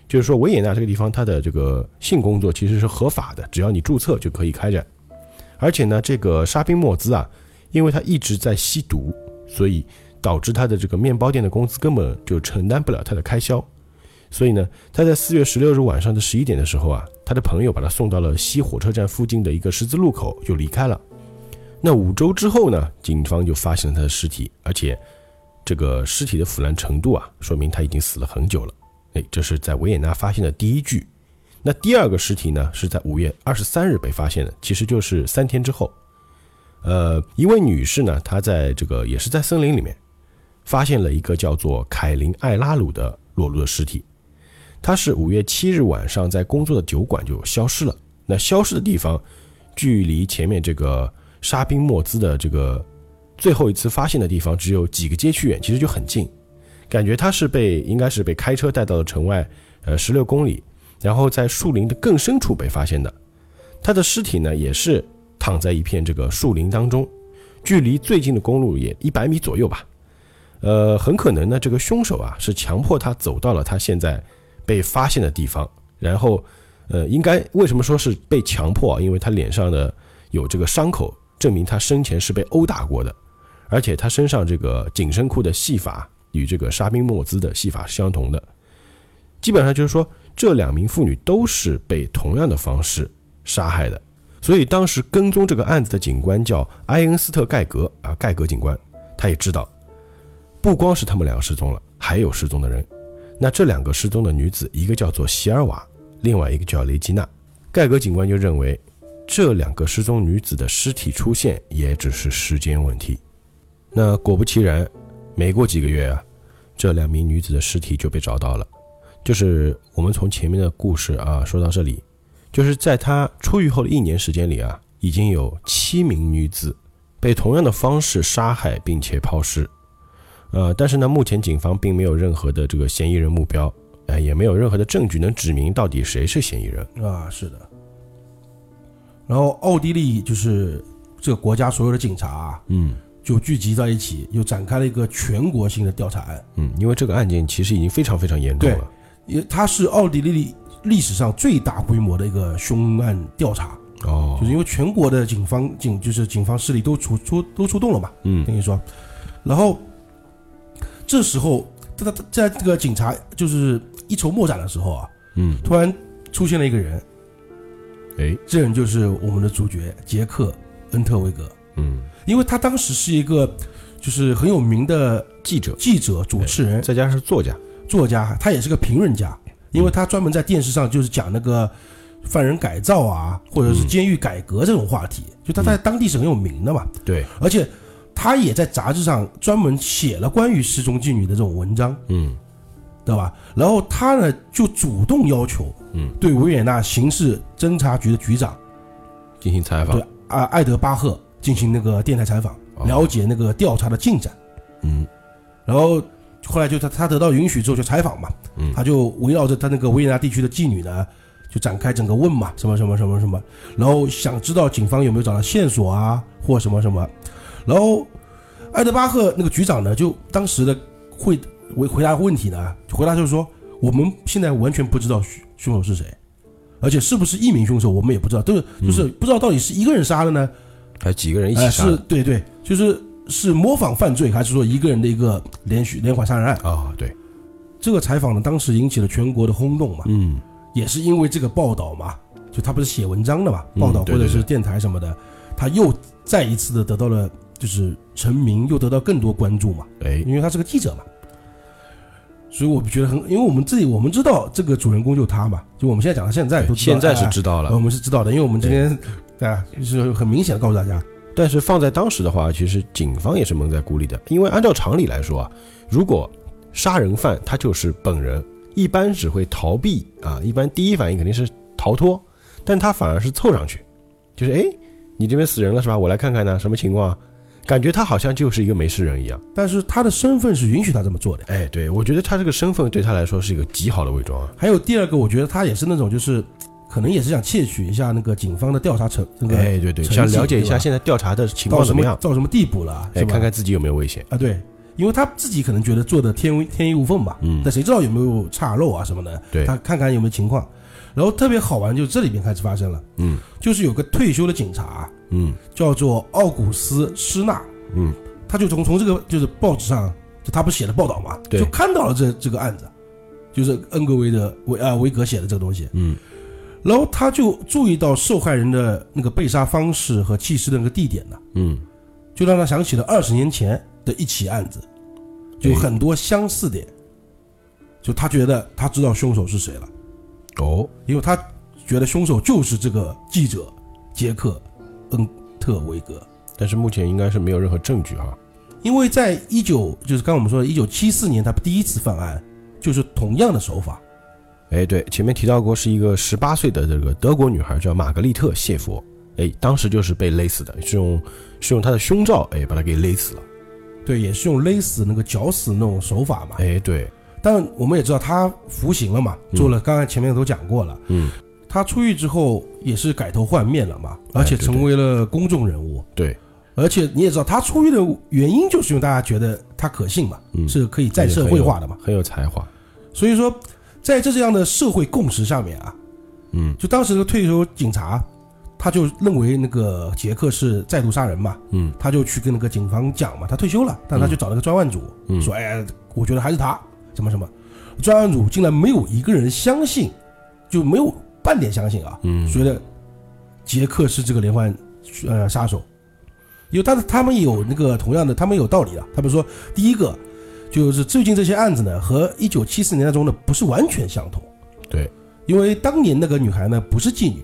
Speaker 1: 就是说维也纳这个地方它的这个性工作其实是合法的，只要你注册就可以开展。而且呢，这个沙宾莫兹啊，因为他一直在吸毒。所以导致他的这个面包店的工资根本就承担不了他的开销，所以呢，他在四月十六日晚上的十一点的时候啊，他的朋友把他送到了西火车站附近的一个十字路口就离开了。那五周之后呢，警方就发现了他的尸体，而且这个尸体的腐烂程度啊，说明他已经死了很久了。哎，这是在维也纳发现的第一具。那第二个尸体呢，是在五月二十三日被发现的，其实就是三天之后。呃，一位女士呢，她在这个也是在森林里面，发现了一个叫做凯琳·艾拉鲁的裸露的尸体。她是五月七日晚上在工作的酒馆就消失了。那消失的地方，距离前面这个沙宾莫兹的这个最后一次发现的地方只有几个街区远，其实就很近。感觉她是被应该是被开车带到了城外，呃，十六公里，然后在树林的更深处被发现的。她的尸体呢，也是。躺在一片这个树林当中，距离最近的公路也一百米左右吧。呃，很可能呢，这个凶手啊是强迫他走到了他现在被发现的地方，然后，呃，应该为什么说是被强迫啊？因为他脸上的有这个伤口，证明他生前是被殴打过的，而且他身上这个紧身裤的系法与这个沙宾莫兹的系法是相同的。基本上就是说，这两名妇女都是被同样的方式杀害的。所以当时跟踪这个案子的警官叫埃恩斯特·盖格啊，盖格警官，他也知道，不光是他们两个失踪了，还有失踪的人。那这两个失踪的女子，一个叫做席尔瓦，另外一个叫雷吉娜。盖格警官就认为，这两个失踪女子的尸体出现也只是时间问题。那果不其然，没过几个月啊，这两名女子的尸体就被找到了。就是我们从前面的故事啊说到这里。就是在他出狱后的一年时间里啊，已经有七名女子被同样的方式杀害并且抛尸，呃，但是呢，目前警方并没有任何的这个嫌疑人目标，哎、呃，也没有任何的证据能指明到底谁是嫌疑人。
Speaker 2: 啊，是的。然后奥地利就是这个国家所有的警察、啊、
Speaker 1: 嗯
Speaker 2: 就聚集在一起，又展开了一个全国性的调查案。
Speaker 1: 嗯，因为这个案件其实已经非常非常严重了。
Speaker 2: 也，它是奥地利历史上最大规模的一个凶案调查，
Speaker 1: 哦
Speaker 2: 就是因为全国的警方警就是警方势力都出出都出动了嘛，
Speaker 1: 嗯
Speaker 2: 等于说，然后这时候在在在这个警察就是一筹莫展的时候啊，
Speaker 1: 嗯，
Speaker 2: 突然出现了一个人，
Speaker 1: 哎，
Speaker 2: 这人就是我们的主角杰克·恩特维格，
Speaker 1: 嗯，
Speaker 2: 因为他当时是一个就是很有名的
Speaker 1: 记者，
Speaker 2: 记者、主持人、
Speaker 1: 再加上是作家，
Speaker 2: 作家，他也是个评论家，因为他专门在电视上就是讲那个犯人改造啊，或者是监狱改革这种话题，就他在当地是很有名的嘛。
Speaker 1: 对，
Speaker 2: 而且他他也在杂志上专门写了关于失踪妓女的这种文章，
Speaker 1: 嗯
Speaker 2: 对吧？然后他呢就主动要求，
Speaker 1: 嗯，
Speaker 2: 对维也纳刑事侦查局的局长
Speaker 1: 进行采访
Speaker 2: 对，啊艾德巴赫进行那个电台采访，
Speaker 1: 哦
Speaker 2: 了解那个调查的进展。
Speaker 1: 嗯
Speaker 2: 然后后来就他他得到允许之后就采访嘛，
Speaker 1: 嗯
Speaker 2: 他就围绕着他那个维也纳地区的妓女呢，就展开整个问嘛，什么什么什么什么，然后想知道警方有没有找到线索啊，或什么什么，然后埃德巴赫那个局长呢，就当时的会回回答问题呢，回答就是说，我们现在完全不知道凶凶手是谁。而且是不是一名凶手，我们也不知道，都是就是
Speaker 1: 嗯
Speaker 2: 不知道到底是一个人杀的呢，
Speaker 1: 还有几个人一
Speaker 2: 哎，
Speaker 1: 起杀
Speaker 2: 是
Speaker 1: 的
Speaker 2: 对对，就是是模仿犯罪，还是说一个人的一个连续连环杀人案？
Speaker 1: 啊、对，
Speaker 2: 这个采访呢，当时引起了全国的轰动嘛，
Speaker 1: 嗯
Speaker 2: 也是因为这个报道嘛，就他不是写文章的嘛，
Speaker 1: 嗯
Speaker 2: 报道
Speaker 1: 对
Speaker 2: 或者
Speaker 1: 对
Speaker 2: 是
Speaker 1: 对
Speaker 2: 电台什么的，他又再一次的得到了就是成名，又得到更多关注嘛，
Speaker 1: 哎
Speaker 2: 因为他是个记者嘛。所以我觉得很，因为我们自己我们知道这个主人公就是他嘛，就我们现在讲到现在都
Speaker 1: 对
Speaker 2: 知道
Speaker 1: 现在是
Speaker 2: 哎
Speaker 1: 知道了
Speaker 2: 哎，我们是知道的，因为我们今天啊是很明显的告诉大家，
Speaker 1: 但是放在当时的话，其实警方也是蒙在鼓里的，因为按照常理来说啊，如果杀人犯他就是本人，一般只会逃避啊，一般第一反应肯定是逃脱，但他反而是凑上去，就是哎，你这边死人了是吧？我来看看呢，什么情况啊？感觉他好像就是一个没事人一样。
Speaker 2: 但是他的身份是允许他这么做的。
Speaker 1: 哎，对，我觉得他这个身份对他来说是一个极好的伪装啊。
Speaker 2: 还有第二个，我觉得他也是那种就是，可能也是想窃取一下那个警方的调查成那个
Speaker 1: 哎，对对，
Speaker 2: 成
Speaker 1: 想
Speaker 2: 绩
Speaker 1: 了解一
Speaker 2: 对
Speaker 1: 下
Speaker 2: 吧
Speaker 1: 现在调查的情
Speaker 2: 到
Speaker 1: 况
Speaker 2: 什
Speaker 1: 怎么
Speaker 2: 么
Speaker 1: 样，
Speaker 2: 到什么地步了，
Speaker 1: 哎，
Speaker 2: 是吧
Speaker 1: 看看自己有没有危险。
Speaker 2: 啊，对，因为他自己可能觉得做的天衣天衣无缝嘛，
Speaker 1: 嗯
Speaker 2: 但谁知道有没有岔漏啊什么的，
Speaker 1: 对
Speaker 2: 他看看有没有情况。然后特别好玩，就这里边开始发生了，
Speaker 1: 嗯
Speaker 2: 就是有个退休的警察
Speaker 1: 嗯
Speaker 2: 叫做奥古斯施纳，
Speaker 1: 嗯，
Speaker 2: 他就从从这个就是报纸上，就他不写的报道嘛，
Speaker 1: 对
Speaker 2: 就看到了这这个案子，就是恩格维的维啊维格写的这个东西，
Speaker 1: 嗯，
Speaker 2: 然后他就注意到受害人的那个被杀方式和弃尸的那个地点呢，
Speaker 1: 嗯，
Speaker 2: 就让他想起了二十年前的一起案子，
Speaker 1: 哎
Speaker 2: 就有很多相似点，就他觉得他知道凶手是谁了，
Speaker 1: 哦，
Speaker 2: 因为他觉得凶手就是这个记者杰克·恩特维格。
Speaker 1: 但是目前应该是没有任何证据啊。
Speaker 2: 因为在一九就是刚刚我们说的，一九七四年他第一次犯案，就是同样的手法，
Speaker 1: 哎，对，前面提到过是一个十八岁的这个德国女孩叫玛格丽特·谢佛，哎，当时就是被勒死的，是用是用她的胸罩，哎，把她给勒死了。
Speaker 2: 对，也是用勒死那个绞死那种手法嘛。
Speaker 1: 哎，对，
Speaker 2: 但我们也知道他服刑了嘛，
Speaker 1: 嗯
Speaker 2: 做了，刚才前面都讲过了，
Speaker 1: 嗯，
Speaker 2: 他出狱之后也是改头换面了嘛，
Speaker 1: 哎
Speaker 2: 而且
Speaker 1: 对
Speaker 2: 成为了公众人物。
Speaker 1: 对，
Speaker 2: 而且你也知道，他出狱的原因就是因为大家觉得他可信嘛，
Speaker 1: 嗯
Speaker 2: 是可以再社会化的嘛。
Speaker 1: 很有才华。
Speaker 2: 所以说，在这样的社会共识下面啊，
Speaker 1: 嗯
Speaker 2: 就当时的退休警察，他就认为那个杰克是再度杀人嘛，
Speaker 1: 嗯
Speaker 2: 他就去跟那个警方讲嘛，他退休了，但他就找了个专案组，
Speaker 1: 嗯
Speaker 2: 说哎，我觉得还是他什么什么，专案组竟然没有一个人相信，就没有半点相信啊，
Speaker 1: 嗯，
Speaker 2: 觉得杰克是这个连环呃杀手，因为他他们有那个同样的，他们有道理啊，他们说第一个就是最近这些案子呢和一九七四年代中的不是完全相同，
Speaker 1: 对，
Speaker 2: 因为当年那个女孩呢不是妓女，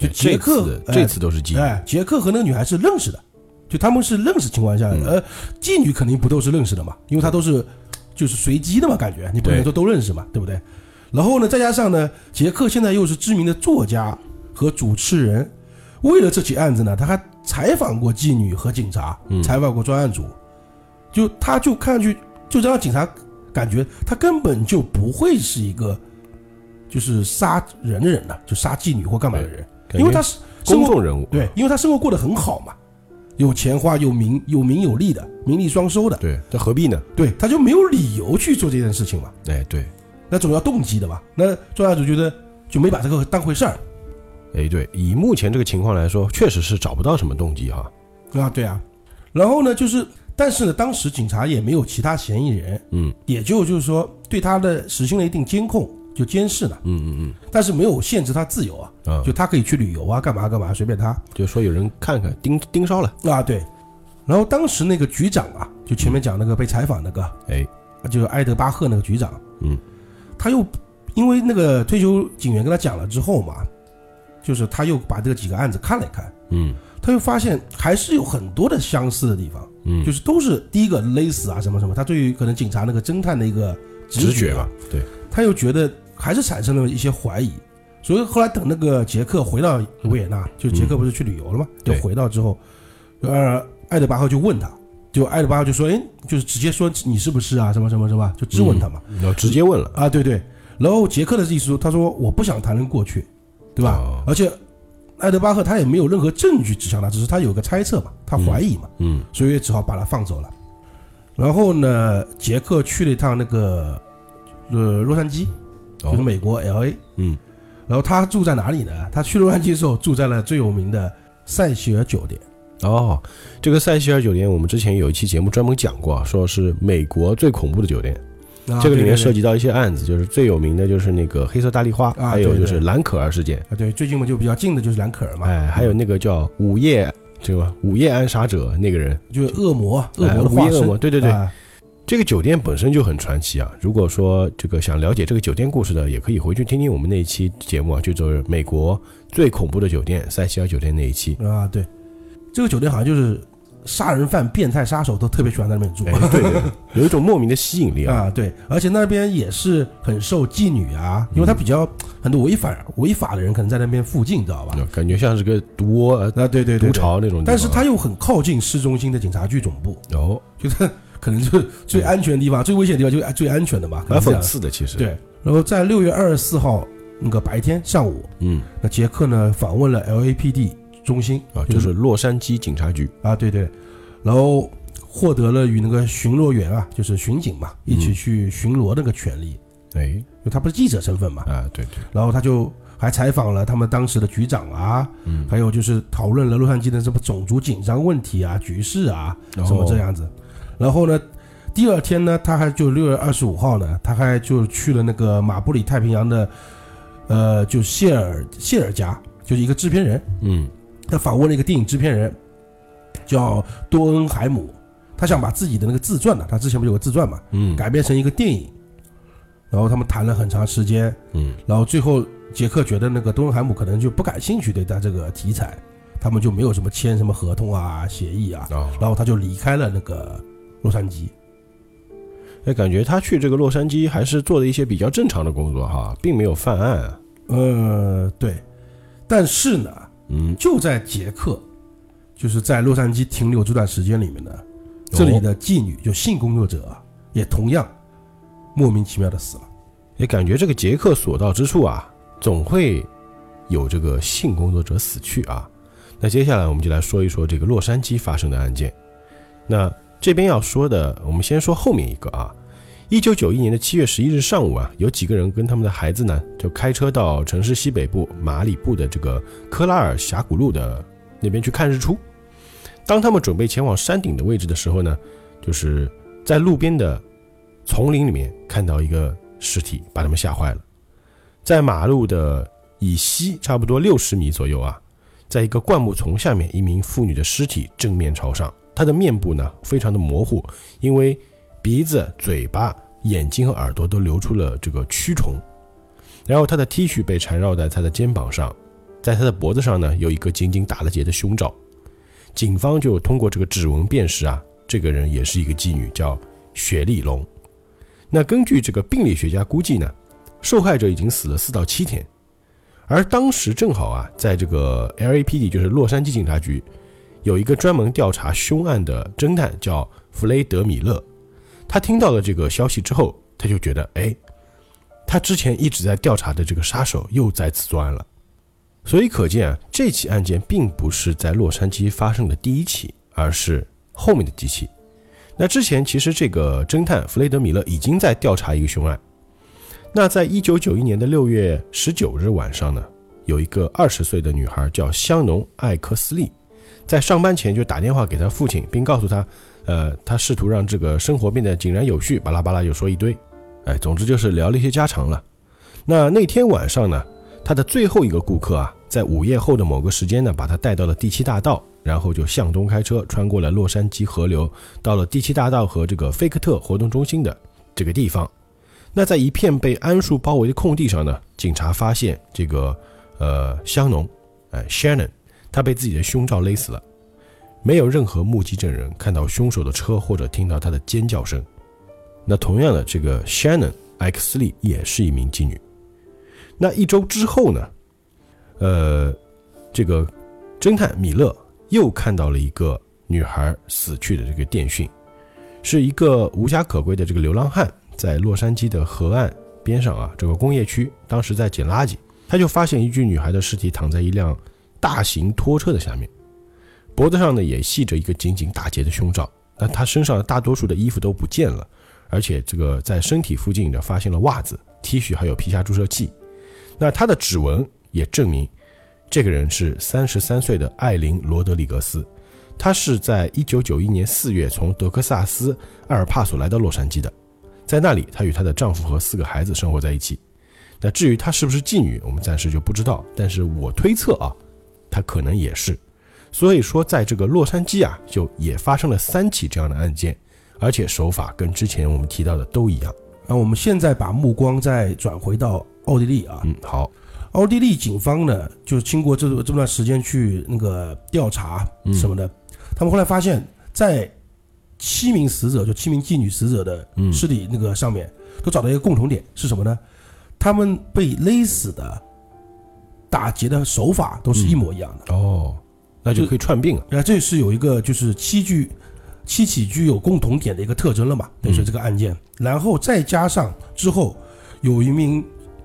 Speaker 2: 就
Speaker 1: 哎
Speaker 2: 杰
Speaker 1: 这
Speaker 2: 克
Speaker 1: 次
Speaker 2: 哎
Speaker 1: 这次都是记忆。
Speaker 2: 哎，杰克和那个女孩是认识的，就他们是认识情况下，
Speaker 1: 嗯
Speaker 2: 呃，妓女肯定不都是认识的嘛，因为她都是就是随机的嘛，感觉你不能
Speaker 1: 对
Speaker 2: 说都认识嘛，对不对？然后呢，再加上呢，杰克现在又是知名的作家和主持人，为了这起案子呢，他还采访过妓女和警察，
Speaker 1: 嗯
Speaker 2: 采访过专案组，就他就看上去就让警察感觉他根本就不会是一个就是杀人的人呐、就杀妓女或干嘛的人，
Speaker 1: 对
Speaker 2: 因为他是生
Speaker 1: 公
Speaker 2: 活
Speaker 1: 众人物，啊
Speaker 2: 对，因为他生活过得很好嘛，有钱花，有名，有名有利的，名利双收的，
Speaker 1: 对，这何必呢？
Speaker 2: 对，他就没有理由去做这件事情嘛，
Speaker 1: 哎，对，
Speaker 2: 那总要动机的吧？那专案组觉得就没把这个当回事儿
Speaker 1: 哎，对，以目前这个情况来说，确实是找不到什么动机哈。
Speaker 2: 啊，对啊，然后呢，就是，但是呢，当时警察也没有其他嫌疑人，
Speaker 1: 嗯
Speaker 2: 也就就是说对他的实行了一定监控，就监视了，
Speaker 1: 嗯嗯
Speaker 2: 但是没有限制他自由啊，
Speaker 1: 嗯，啊，
Speaker 2: 就他可以去旅游啊，干嘛干嘛，随便他，
Speaker 1: 就说有人看看盯盯梢了，
Speaker 2: 啊，对。然后当时那个局长啊，就前面讲那个被采访那个，
Speaker 1: 哎，
Speaker 2: 啊就是埃德巴赫那个局长，
Speaker 1: 嗯，
Speaker 2: 他又因为那个退休警员跟他讲了之后嘛，就是他又把这几个案子看了一看，
Speaker 1: 嗯
Speaker 2: 他又发现还是有很多的相似的地方，
Speaker 1: 嗯，
Speaker 2: 就是都是第一个勒死啊什么什么，他对于可能警察那个侦探的一个
Speaker 1: 直
Speaker 2: 觉
Speaker 1: 觉吧，，对，
Speaker 2: 他又觉得还是产生了一些怀疑，所以后来等那个杰克回到维也纳，就杰克不是去旅游了吗？
Speaker 1: 嗯
Speaker 2: 就
Speaker 1: 对
Speaker 2: 回到之后，呃，爱德巴赫就问他，就爱德巴赫就说，哎，就是直接说你是不是啊，什么什么什么，就质问他嘛。
Speaker 1: 然后嗯哦直接问了，
Speaker 2: 啊，对对。然后杰克的意思说，他说我不想谈论过去，对吧？
Speaker 1: 哦
Speaker 2: 而且爱德巴赫他也没有任何证据指向他，只是他有个猜测嘛，他怀疑嘛，
Speaker 1: 嗯
Speaker 2: 所以也只好把他放走了。然后呢，杰克去了一趟那个呃洛杉矶，
Speaker 1: 哦
Speaker 2: 就是美国 L A。
Speaker 1: 嗯，
Speaker 2: 然后他住在哪里呢？他去洛杉矶的时候住在了最有名的塞西尔酒店。
Speaker 1: 哦，这个塞西尔酒店，我们之前有一期节目专门讲过啊，说是美国最恐怖的酒店。
Speaker 2: 啊
Speaker 1: 这个里面
Speaker 2: 对对对
Speaker 1: 涉及到一些案子，就是最有名的就是那个黑色大丽花，
Speaker 2: 啊
Speaker 1: 还有
Speaker 2: 对对
Speaker 1: 就是蓝可儿事件，
Speaker 2: 啊，对，最近我们就比较近的就是兰可儿嘛，
Speaker 1: 哎，还有那个叫午夜这个午夜暗杀者那个人，
Speaker 2: 就是恶魔，恶
Speaker 1: 哎
Speaker 2: 魔的
Speaker 1: 午
Speaker 2: 化
Speaker 1: 夜恶
Speaker 2: 身。
Speaker 1: 魔，对对对，
Speaker 2: 啊
Speaker 1: 这个酒店本身就很传奇啊。如果说这个想了解这个酒店故事的，也可以回去听听我们那一期节目啊，就就是美国最恐怖的酒店塞西尔酒店那一期。
Speaker 2: 啊，对，这个酒店好像就是杀人犯、变态杀手都特别喜欢在那边住、
Speaker 1: 哎，对 对，对有一种莫名的吸引力啊。
Speaker 2: 啊，对，而且那边也是很受妓女啊，
Speaker 1: 嗯
Speaker 2: 因为他比较很多违法违法的人可能在那边附近，你知道吧？
Speaker 1: 感觉像是个毒窝、呃
Speaker 2: 啊，对对对
Speaker 1: 毒
Speaker 2: 对，
Speaker 1: 巢那种地方啊。
Speaker 2: 但是他又很靠近市中心的警察局总部，
Speaker 1: 哦，
Speaker 2: 就是可能就是最安全的
Speaker 1: 嗯
Speaker 2: 地方、最危险的地方就是最安全的嘛，
Speaker 1: 蛮
Speaker 2: 可能这
Speaker 1: 讽
Speaker 2: 样。
Speaker 1: 刺的，其实。，
Speaker 2: 对，然后在六月二十四号那个白天上午，
Speaker 1: 嗯，
Speaker 2: 那杰克呢访问了 LAPD 中心
Speaker 1: 啊，就是洛杉矶警察局。
Speaker 2: 啊，对对，然后获得了与那个巡逻员啊，就是巡警嘛，
Speaker 1: 嗯
Speaker 2: 一起去巡逻那个权利，
Speaker 1: 哎，
Speaker 2: 因为他不是记者身份嘛，
Speaker 1: 啊，对对，
Speaker 2: 然后他就还采访了他们当时的局长啊，
Speaker 1: 嗯，
Speaker 2: 还有就是讨论了洛杉矶的什么种族紧张问题啊、局势啊
Speaker 1: 然
Speaker 2: 什么
Speaker 1: 后
Speaker 2: 这样子，然后呢。第二天呢，他还就六月二十五号呢，他还就去了那个马布里太平洋的，呃，就谢尔谢尔家，就是一个制片人，
Speaker 1: 嗯，
Speaker 2: 他访问了一个电影制片人，叫多恩海姆，他想把自己的那个自传呢、他之前不是有个自传嘛，
Speaker 1: 嗯，
Speaker 2: 改编成一个电影，然后他们谈了很长时间，
Speaker 1: 嗯，
Speaker 2: 然后最后杰克觉得那个多恩海姆可能就不感兴趣对他这个题材，他们就没有什么签什么合同啊、协议啊，
Speaker 1: 啊，
Speaker 2: 然后他就离开了那个洛杉矶。
Speaker 1: 哎，感觉他去这个洛杉矶还是做了一些比较正常的工作哈，并没有犯案啊。
Speaker 2: 呃，对，但是呢，
Speaker 1: 嗯，
Speaker 2: 就在杰克就是在洛杉矶停留这段时间里面呢，这里的妓女就性工作者啊，也同样莫名其妙的死了。
Speaker 1: 也感觉这个杰克所到之处啊，总会有这个性工作者死去啊。那接下来我们就来说一说这个洛杉矶发生的案件。那这边要说的，我们先说后面一个啊。一九九一年的七月十一日上午啊，有几个人跟他们的孩子呢，就开车到城市西北部马里布的这个科拉尔峡谷路的那边去看日出。当他们准备前往山顶的位置的时候呢，就是在路边的丛林里面看到一个尸体，把他们吓坏了。在马路的以西差不多六十米左右啊，在一个灌木丛下面，一名妇女的尸体正面朝上，她的面部呢非常的模糊，因为鼻子、嘴巴、眼睛和耳朵都流出了这个蛆虫。然后她的 T 恤被缠绕在她的肩膀上，在她的脖子上呢有一个紧紧打了结的胸罩。警方就通过这个指纹辨识啊，这个人也是一个妓女，叫雪莉龙。那根据这个病理学家估计呢，受害者已经死了四到七天，而当时正好啊，在这个 LAPD 就是洛杉矶警察局，有一个专门调查凶案的侦探叫弗雷德米勒，他听到了这个消息之后，他就觉得，哎，他之前一直在调查的这个杀手又再次作案了，所以可见啊，这起案件并不是在洛杉矶发生的第一起，而是后面的几起。那之前其实这个侦探弗雷德米勒已经在调查一个凶案。那在一九九一年的六月十九日晚上呢，有一个二十岁的女孩叫香农·艾克斯利，在上班前就打电话给她父亲，并告诉他，呃，她试图让这个生活变得井然有序，巴拉巴拉又说一堆，哎，总之就是聊了一些家常了。那那天晚上呢，她的最后一个顾客啊，在午夜后的某个时间呢，把她带到了第七大道，然后就向东开车，穿过了洛杉矶河流，到了第七大道和这个菲克特活动中心的这个地方。那在一片被桉树包围的空地上呢，警察发现这个呃香农，哎 Shannon，他被自己的胸罩勒死了，没有任何目击证人看到凶手的车或者听到他的尖叫声。那同样的，这个 Shannon 艾克斯利也是一名妓女。那一周之后呢，呃，这个侦探米勒又看到了一个女孩死去的这个电讯，是一个无家可归的这个流浪汉在洛杉矶的河岸边上啊，这个工业区，当时在捡垃圾，他就发现一具女孩的尸体躺在一辆大型拖车的下面，脖子上呢也系着一个紧紧打结的胸罩，那她身上的大多数的衣服都不见了，而且这个在身体附近呢发现了袜子、T 恤还有皮下注射器，那她的指纹也证明这个人是三十三岁的艾琳·罗德里格斯，她是在一九九一年四月从德克萨斯阿尔帕索来到洛杉矶的，在那里她与她的丈夫和四个孩子生活在一起。那至于她是不是妓女，我们暂时就不知道，但是我推测啊，她可能也是。所以说，在这个洛杉矶啊，就也发生了三起这样的案件，而且手法跟之前我们提到的都一样。
Speaker 2: 啊，我们现在把目光再转回到奥地利啊，
Speaker 1: 嗯，好，
Speaker 2: 奥地利警方呢，就是经过这这段时间去那个调查什么的，他们后来发现，在七名死者，就七名妓女死者的
Speaker 1: 嗯
Speaker 2: 尸体那个上面，都找到一个共同点是什么呢？他们被勒死的打结的手法都是一模一样的。
Speaker 1: 哦，那就可以串并了。
Speaker 2: 那这是有一个就是七具七起具有共同点的一个特征了嘛？
Speaker 1: 嗯
Speaker 2: 等于说这个案件，然后再加上之后有一名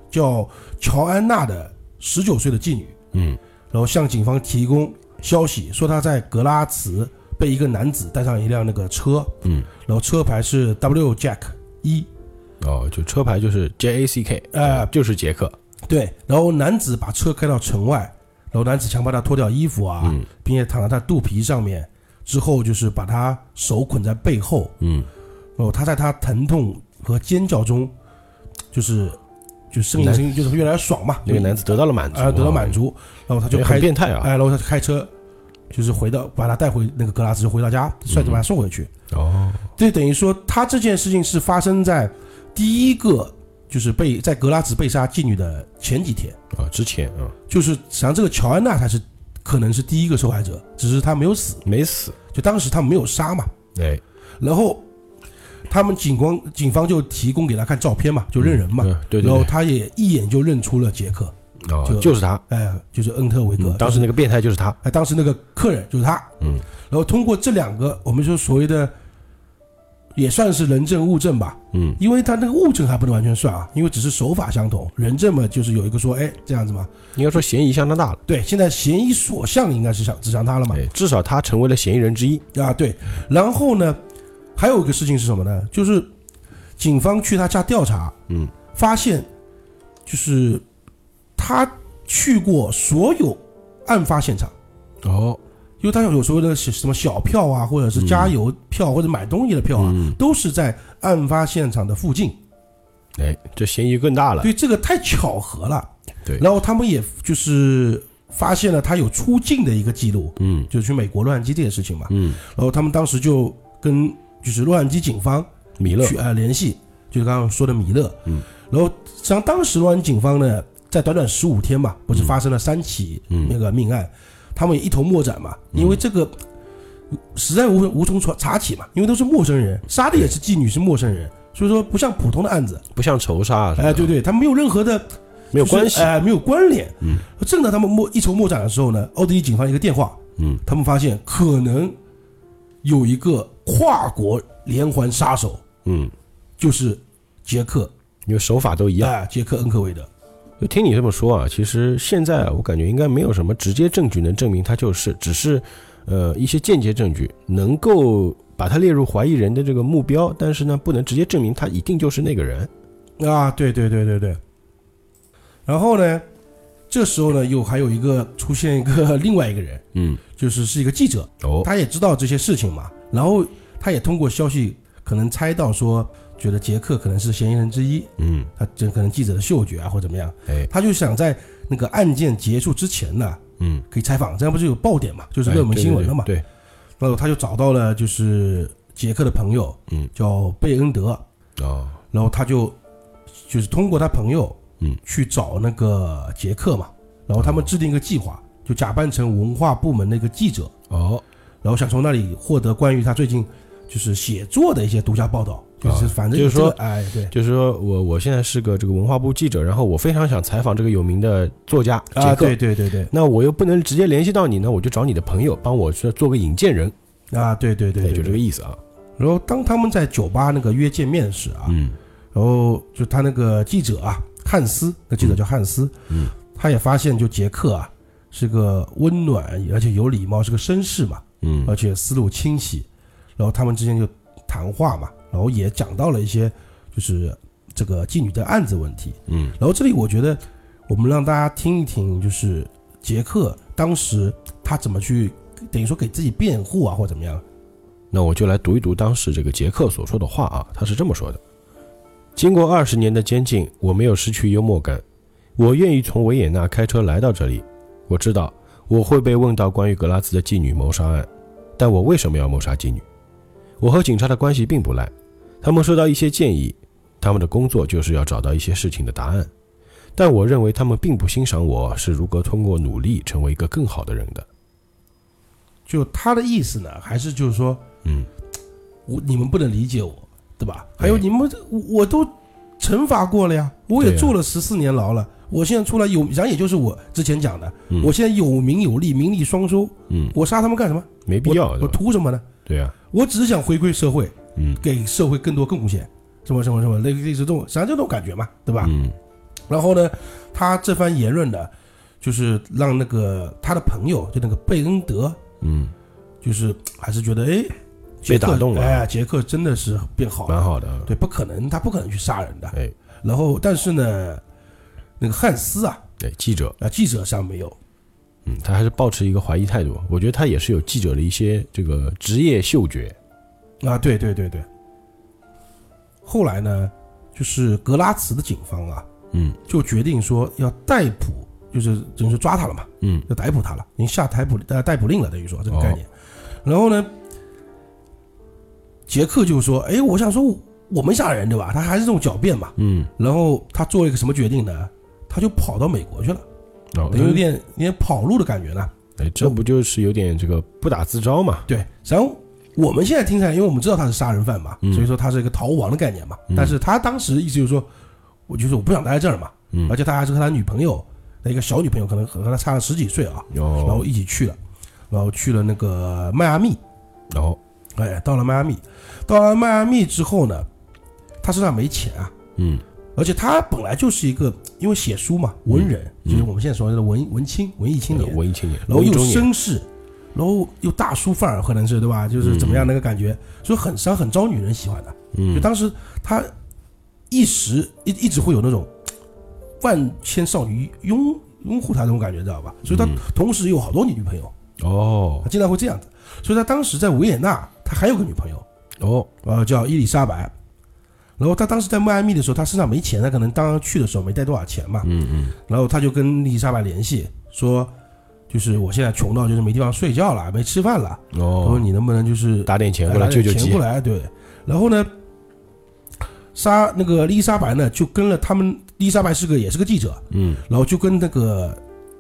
Speaker 2: 叫乔安娜的十九岁的妓女，
Speaker 1: 嗯，
Speaker 2: 然后向警方提供消息说她在格拉茨被一个男子带上一辆那个车，
Speaker 1: 嗯，
Speaker 2: 然后车牌是 W Jack E 一，
Speaker 1: 哦，就车牌就是 J A C K，
Speaker 2: 呃
Speaker 1: 就是杰克。
Speaker 2: 对，然后男子把车开到城外，然后男子强迫她脱掉衣服啊，
Speaker 1: 嗯
Speaker 2: 并且躺在她肚皮上面，之后就是把她手捆在背后。
Speaker 1: 嗯，
Speaker 2: 哦，他在他疼痛和尖叫中，就是就呻吟
Speaker 1: 男
Speaker 2: 声音就是越来越爽嘛，
Speaker 1: 那个男子得到了满足，
Speaker 2: 啊得到满足，然后他就
Speaker 1: 也
Speaker 2: 开
Speaker 1: 很变态啊。
Speaker 2: 哎，然后他就开车，就是回到把他带回那个格拉斯，就回到家，算是把他送回去。
Speaker 1: 哦，
Speaker 2: 这等于说他这件事情是发生在第一个就是被在格拉茨被杀妓女的前几天，
Speaker 1: 啊，之前啊
Speaker 2: 就是实际上这个乔安娜才是可能是第一个受害者，只是她没有死，
Speaker 1: 没死，
Speaker 2: 就当时她没有杀嘛，
Speaker 1: 哎，
Speaker 2: 然后他们警光警方就提供给他看照片嘛，就认人嘛，
Speaker 1: 嗯对对
Speaker 2: 然后
Speaker 1: 对，
Speaker 2: 他也一眼就认出了杰克，
Speaker 1: 哦
Speaker 2: 就，
Speaker 1: 就是他，
Speaker 2: 哎，就是恩特维格，
Speaker 1: 嗯当时那个变态就是他，
Speaker 2: 哎，当时那个客人就是他，
Speaker 1: 嗯，
Speaker 2: 然后通过这两个，我们说所谓的。也算是人证物证吧，
Speaker 1: 嗯，
Speaker 2: 因为他那个物证还不能完全算啊，因为只是手法相同，人证嘛就是有一个说，哎，这样子嘛，
Speaker 1: 应该说嫌疑相当大了，
Speaker 2: 对，现在嫌疑所向应该是向指向他了嘛，
Speaker 1: 哎，至少他成为了嫌疑人之一。
Speaker 2: 啊，对。然后呢，还有一个事情是什么呢？就是警方去他家调查，
Speaker 1: 嗯，
Speaker 2: 发现就是他去过所有案发现场，
Speaker 1: 哦，
Speaker 2: 因为他有所谓的什么小票啊，或者是
Speaker 1: 嗯
Speaker 2: 加油票、或者买东西的票啊，都是在案发现场的附近。
Speaker 1: 哎，这嫌疑更大了。
Speaker 2: 对，这个太巧合了。
Speaker 1: 对
Speaker 2: 然后他们也就是发现了他有出境的一个记录，
Speaker 1: 嗯
Speaker 2: 就是去美国洛杉矶这件事情嘛。
Speaker 1: 嗯，
Speaker 2: 然后他们当时就跟就是洛杉矶警方
Speaker 1: 米勒
Speaker 2: 去，呃联系，就是刚刚说的米勒。嗯，然后实际上当时洛杉矶警方呢，在短短十五天嘛，不是发生了三起
Speaker 1: 嗯
Speaker 2: 那个命案，他们也一头莫展嘛，因为这个实在无无从查查起嘛，因为都是陌生人，杀的也是妓女，是陌生人。所以说不像普通的案子，
Speaker 1: 不像仇杀啊什么的，
Speaker 2: 哎，对对，他没有任何的
Speaker 1: 没有关
Speaker 2: 就是
Speaker 1: 系。
Speaker 2: 哎，没有关联。嗯，正当他们莫一筹莫展的时候呢，奥地利警方一个电话，
Speaker 1: 嗯，
Speaker 2: 他们发现可能有一个跨国连环杀手，
Speaker 1: 嗯，
Speaker 2: 就是杰克，
Speaker 1: 因为手法都一样。
Speaker 2: 哎，杰克恩科维德，
Speaker 1: 就听你这么说啊，其实现在啊我感觉应该没有什么直接证据能证明他就是，只是呃一些间接证据能够把他列入怀疑人的这个目标，但是呢，不能直接证明他一定就是那个人。
Speaker 2: 啊，对对对对对。然后呢，这时候呢，又还有一个出现一个 另外一个人，
Speaker 1: 嗯，
Speaker 2: 就是是一个记者，
Speaker 1: 哦，
Speaker 2: 他也知道这些事情嘛，然后他也通过消息可能猜到说，觉得杰克可能是嫌疑人之一，
Speaker 1: 嗯，
Speaker 2: 他这可能记者的嗅觉啊，或者怎么样，
Speaker 1: 哎，
Speaker 2: 他就想在那个案件结束之前呢，
Speaker 1: 嗯，
Speaker 2: 可以采访，这样不是有爆点嘛，就是热门
Speaker 1: 哎
Speaker 2: 新闻了嘛。
Speaker 1: 对对
Speaker 2: 然后他就找到了就是杰克的朋友，
Speaker 1: 嗯，
Speaker 2: 叫贝恩德，
Speaker 1: 对哦，
Speaker 2: 然后他就就是通过他朋友，
Speaker 1: 嗯，
Speaker 2: 去找那个杰克嘛，然后他们制定一个计划，就假扮成文化部门的一个记者，
Speaker 1: 哦，
Speaker 2: 然后想从那里获得关于他最近就是写作的一些独家报道，就是
Speaker 1: 啊
Speaker 2: 反正
Speaker 1: 就是
Speaker 2: 这
Speaker 1: 说
Speaker 2: 个哎，对，
Speaker 1: 就是说我我现在是个这个文化部记者，然后我非常想采访这个有名的作家
Speaker 2: 啊，
Speaker 1: 杰克，
Speaker 2: 对对对对，
Speaker 1: 那我又不能直接联系到你呢，我就找你的朋友帮我去做个引荐人，
Speaker 2: 啊，对对对对，
Speaker 1: 就
Speaker 2: 对
Speaker 1: 这个意思啊。
Speaker 2: 然后当他们在酒吧那个约见面时啊，
Speaker 1: 嗯
Speaker 2: 然后就他那个记者啊，汉斯，那记者叫汉斯，
Speaker 1: 嗯，
Speaker 2: 他也发现就杰克啊是个温暖而且有礼貌，是个绅士嘛，
Speaker 1: 嗯
Speaker 2: 而且思路清晰，然后他们之间就谈话嘛，然后也讲到了一些就是这个妓女的案子问题，
Speaker 1: 嗯
Speaker 2: 然后这里我觉得我们让大家听一听，就是杰克当时他怎么去等于说给自己辩护啊，或怎么样。
Speaker 1: 那我就来读一读当时这个杰克所说的话啊，他是这么说的：经过二十年的监禁，我没有失去幽默感，我愿意从维也纳开车来到这里。我知道我会被问到关于格拉茨的妓女谋杀案，但我为什么要谋杀妓女？我和警察的关系并不赖，他们收到一些建议，他们的工作就是要找到一些事情的答案。但我认为他们并不欣赏我是如何通过努力成为一个更好的人的。
Speaker 2: 就他的意思呢，还是就是说
Speaker 1: 嗯，
Speaker 2: 我你们不能理解我，对吧？
Speaker 1: 对
Speaker 2: 还有你们这我我都惩罚过了呀，我也
Speaker 1: 对呀
Speaker 2: 坐了十四年牢了，我现在出来有，然后也就是我之前讲的，
Speaker 1: 嗯
Speaker 2: 我现在有名有利，名利双收，
Speaker 1: 嗯，
Speaker 2: 我杀他们干什么？
Speaker 1: 没必要，
Speaker 2: 我
Speaker 1: 对吧？
Speaker 2: 图什么呢？
Speaker 1: 对啊，
Speaker 2: 我只是想回馈社会，
Speaker 1: 嗯，
Speaker 2: 给社会更多贡献，什么什么什么，类类似这种，实际上就这种感觉嘛，对吧？
Speaker 1: 嗯
Speaker 2: 然后呢，他这番言论呢，就是让那个他的朋友，就那个贝恩德，
Speaker 1: 嗯。
Speaker 2: 就是还是觉得哎，杰
Speaker 1: 被
Speaker 2: 克
Speaker 1: 打动了
Speaker 2: 哎，杰克真的是变好
Speaker 1: 蛮
Speaker 2: 了，
Speaker 1: 好的啊。
Speaker 2: 对，不可能，他不可能去杀人的。
Speaker 1: 哎
Speaker 2: 然后，但是呢，那个汉斯啊，
Speaker 1: 哎，记者，
Speaker 2: 啊，记者上没有，
Speaker 1: 嗯，他还是保持一个怀疑态度。我觉得他也是有记者的一些这个职业嗅觉。
Speaker 2: 啊，对对对对。后来呢，就是格拉茨的警方啊，
Speaker 1: 嗯
Speaker 2: 就决定说要逮捕，就是等于说抓他了嘛，
Speaker 1: 嗯
Speaker 2: 要逮捕他了，已经下逮捕呃逮捕令了，等于说这个概念。然后呢，杰克就说：“哎，我想说我我没杀人对吧？他还是这种狡辩嘛。
Speaker 1: 嗯，”
Speaker 2: 然后他做了一个什么决定呢？他就跑到美国去了，
Speaker 1: 哦，
Speaker 2: 有点有点跑路的感觉呢。
Speaker 1: 哎，这不就是有点这个不打自招嘛？
Speaker 2: 对，然后我们现在听起来，因为我们知道他是杀人犯嘛，
Speaker 1: 嗯
Speaker 2: 所以说他是一个逃亡的概念嘛。
Speaker 1: 嗯
Speaker 2: 但是他当时意思就是说，我就是我不想待在这儿嘛，
Speaker 1: 嗯
Speaker 2: 而且他还是和他女朋友，那个小女朋友，可能和他差了十几岁啊，然后
Speaker 1: 哦，
Speaker 2: 一起去了，然后去了那个迈阿密，
Speaker 1: 然后
Speaker 2: 哎，到了迈阿密，到了迈阿密之后呢，他身上没钱啊，
Speaker 1: 嗯
Speaker 2: 而且他本来就是一个因为写书嘛，文人，
Speaker 1: 嗯
Speaker 2: 就是我们现在所谓的文文青、文艺青年，
Speaker 1: 呃文艺青年，
Speaker 2: 然后
Speaker 1: 文艺
Speaker 2: 又
Speaker 1: 中年，
Speaker 2: 绅士，然后又大叔范儿，可能是对吧？就是怎么样那个感觉，所以很伤，很招女人喜欢的。就
Speaker 1: 嗯
Speaker 2: 当时他一时一一直会有那种万千少女拥拥护他这种感觉，知道吧？所以他
Speaker 1: 嗯
Speaker 2: 同时有好多女朋友，
Speaker 1: 哦
Speaker 2: 他经常会这样子。所以他当时在维也纳，他还有个女朋友，
Speaker 1: 哦
Speaker 2: 呃，叫伊丽莎白。然后他当时在迈阿密的时候，他身上没钱，他可能当时去的时候没带多少钱嘛。
Speaker 1: 嗯嗯
Speaker 2: 然后他就跟伊丽莎白联系，说就是我现在穷到就是没地方睡觉了，没吃饭了。我说
Speaker 1: 哦，
Speaker 2: 你能不能就是
Speaker 1: 打点钱
Speaker 2: 哎
Speaker 1: 过来
Speaker 2: 拿
Speaker 1: 救
Speaker 2: 点
Speaker 1: 救
Speaker 2: 钱
Speaker 1: 急
Speaker 2: 过，来，对。然后呢，莎那个伊丽莎白呢就跟了他们，伊丽莎白是个也是个记者，
Speaker 1: 嗯
Speaker 2: 然后就跟那个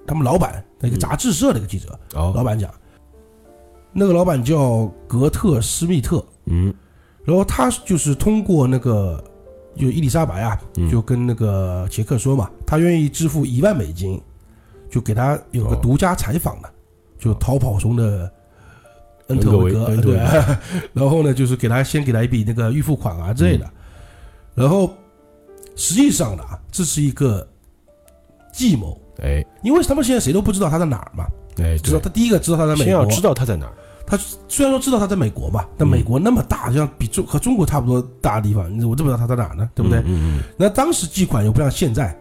Speaker 2: 他们老板那个杂志社的一个记者、老
Speaker 1: 哦
Speaker 2: 板讲，那个老板叫格特施密特，
Speaker 1: 嗯
Speaker 2: 然后他就是通过那个，就伊丽莎白啊，
Speaker 1: 嗯
Speaker 2: 就跟那个杰克说嘛，他愿意支付一万美金，就给他有个
Speaker 1: 哦
Speaker 2: 独家采访的，就逃跑中的恩特
Speaker 1: 格
Speaker 2: 维
Speaker 1: 维
Speaker 2: 格，
Speaker 1: 恩特
Speaker 2: 对
Speaker 1: 维
Speaker 2: 吧。 然后呢，就是给他先给他一笔那个预付款啊之类的。然后实际上呢，这是一个计谋，
Speaker 1: 哎
Speaker 2: 因为他们现在谁都不知道他在哪儿嘛，
Speaker 1: 哎，
Speaker 2: 知道
Speaker 1: 对，
Speaker 2: 他第一个知道他在
Speaker 1: 先
Speaker 2: 美
Speaker 1: 要
Speaker 2: 国，
Speaker 1: 知道他在哪儿，
Speaker 2: 虽然说知道他在美国嘛，但
Speaker 1: 嗯
Speaker 2: 美国那么大，像比中和中国差不多大的地方，你我怎么知道他在哪呢？对不对？
Speaker 1: 嗯嗯
Speaker 2: 那当时寄款又不像现在，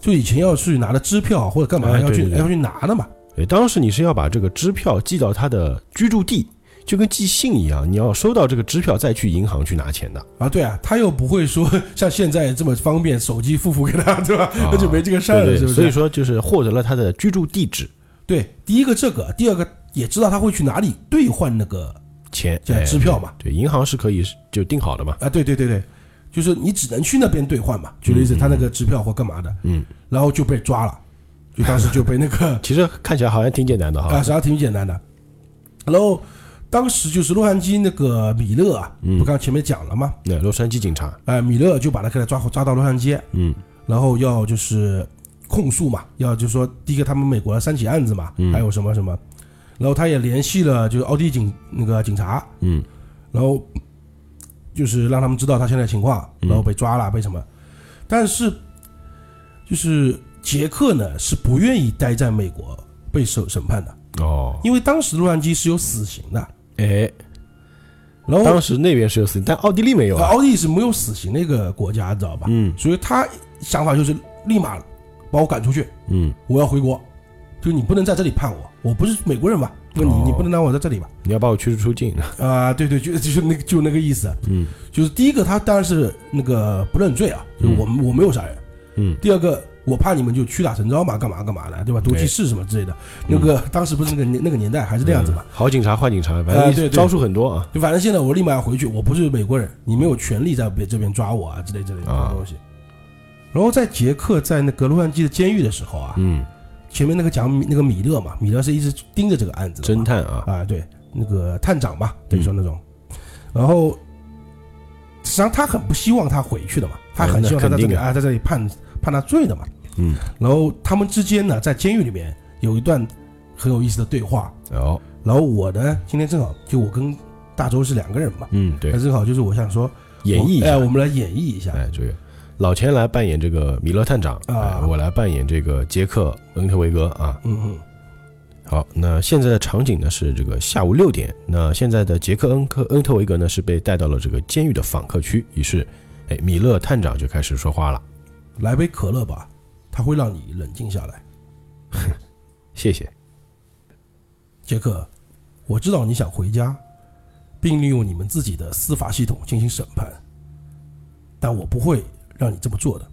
Speaker 2: 就以前要去拿的支票或者干嘛
Speaker 1: 哎
Speaker 2: 要去
Speaker 1: 对对对
Speaker 2: 要去拿的嘛。
Speaker 1: 对，哎当时你是要把这个支票寄到他的居住地，就跟寄信一样，你要收到这个支票再去银行去拿钱的。
Speaker 2: 啊，对啊，他又不会说 像现在这么方便，手机付付给他，对吧？那就没这个事儿了，
Speaker 1: 啊对
Speaker 2: 是
Speaker 1: 对，
Speaker 2: 不
Speaker 1: 所以
Speaker 2: 是？
Speaker 1: 说就是获得了他的居住地址
Speaker 2: 对，第一个这个，第二个也知道他会去哪里兑换那个
Speaker 1: 钱，
Speaker 2: 叫
Speaker 1: 哎
Speaker 2: 支票嘛。
Speaker 1: 对，银行是可以就定好的嘛。
Speaker 2: 啊，对对对对，就是你只能去那边兑换嘛。举例子，他那个支票或干嘛的，
Speaker 1: 嗯，
Speaker 2: 然后就被抓了。就当时就被那个
Speaker 1: 其实看起来好像挺简单的
Speaker 2: 啊，
Speaker 1: 哈。
Speaker 2: 啥挺简单的。然后当时就是洛杉矶那个米勒啊，
Speaker 1: 嗯
Speaker 2: 不刚前面讲了吗？
Speaker 1: 那洛杉矶警察，
Speaker 2: 哎，米勒就把他给他抓抓到洛杉矶，
Speaker 1: 嗯
Speaker 2: 然后要就是控诉嘛，要就是说第一个他们美国的三起案子嘛，
Speaker 1: 嗯
Speaker 2: 还有什么什么，然后他也联系了就是奥地利警那个警察，
Speaker 1: 嗯
Speaker 2: 然后就是让他们知道他现在情况，
Speaker 1: 嗯
Speaker 2: 然后被抓了，被什么？但是就是杰克呢是不愿意待在美国被审审判的，
Speaker 1: 哦，
Speaker 2: 因为当时洛杉矶是有死刑的，
Speaker 1: 哎，
Speaker 2: 然后
Speaker 1: 当时那边是有死刑，但奥地利没有
Speaker 2: 呃
Speaker 1: 啊。
Speaker 2: 奥地利是没有死刑那个国家，知道吧？
Speaker 1: 嗯
Speaker 2: 所以他想法就是立马把我赶出去，
Speaker 1: 嗯，
Speaker 2: 我要回国，就你不能在这里判我，我不是美国人吧？那你
Speaker 1: 哦
Speaker 2: 你不能让我在这里吧？
Speaker 1: 你要把我驱逐出境。
Speaker 2: 啊、对对，就就是那个就那个意思，
Speaker 1: 嗯
Speaker 2: 就是第一个他当然是那个不认罪啊，就是我我没有杀人。
Speaker 1: 嗯
Speaker 2: 第二个，我怕你们就屈打成招嘛，干嘛干嘛的，对吧？毒气室什么之类的，那个当时不是那个年那个年代还是那样子嘛。
Speaker 1: 好警察坏警察，反
Speaker 2: 啊对对
Speaker 1: 正招数很多啊。
Speaker 2: 就反正现在我立马要回去，我不是美国人，你没有权利在别这边抓我啊之类之类的这
Speaker 1: 啊
Speaker 2: 种东西。然后在杰克在那个洛杉矶的监狱的时候啊，
Speaker 1: 嗯，
Speaker 2: 前面那个讲米那个米勒嘛，米勒是一直盯着这个案子的嘛
Speaker 1: 侦探啊，
Speaker 2: 啊，对，那个探长嘛，等于说那种。然后实际上他很不希望他回去的嘛，他很希望他在
Speaker 1: 嗯那
Speaker 2: 这里
Speaker 1: 肯定的
Speaker 2: 啊，在这里判判他罪的嘛。
Speaker 1: 嗯，
Speaker 2: 然后他们之间呢，在监狱里面有一段很有意思的对话。
Speaker 1: 哦，
Speaker 2: 然后我呢，今天正好就我跟大周是两个人嘛，
Speaker 1: 嗯，对
Speaker 2: 那，正好就是我想说
Speaker 1: 演绎一
Speaker 2: 哎我哎，
Speaker 1: 下，
Speaker 2: 我们来演绎一下。
Speaker 1: 哎，这个老钱来扮演这个米勒探长，
Speaker 2: 啊
Speaker 1: 哎，我来扮演这个杰克恩特维格啊。
Speaker 2: 嗯嗯，
Speaker 1: 好，那现在的场景呢是这个下午六点，那现在的杰克恩克恩特维格呢是被带到了这个监狱的访客区，于是，哎，米勒探长就开始说话了，
Speaker 2: 来杯可乐吧，它会让你冷静下来。
Speaker 1: 谢谢，
Speaker 2: 杰克，我知道你想回家，并利用你们自己的司法系统进行审判，但我不会让你这么做的。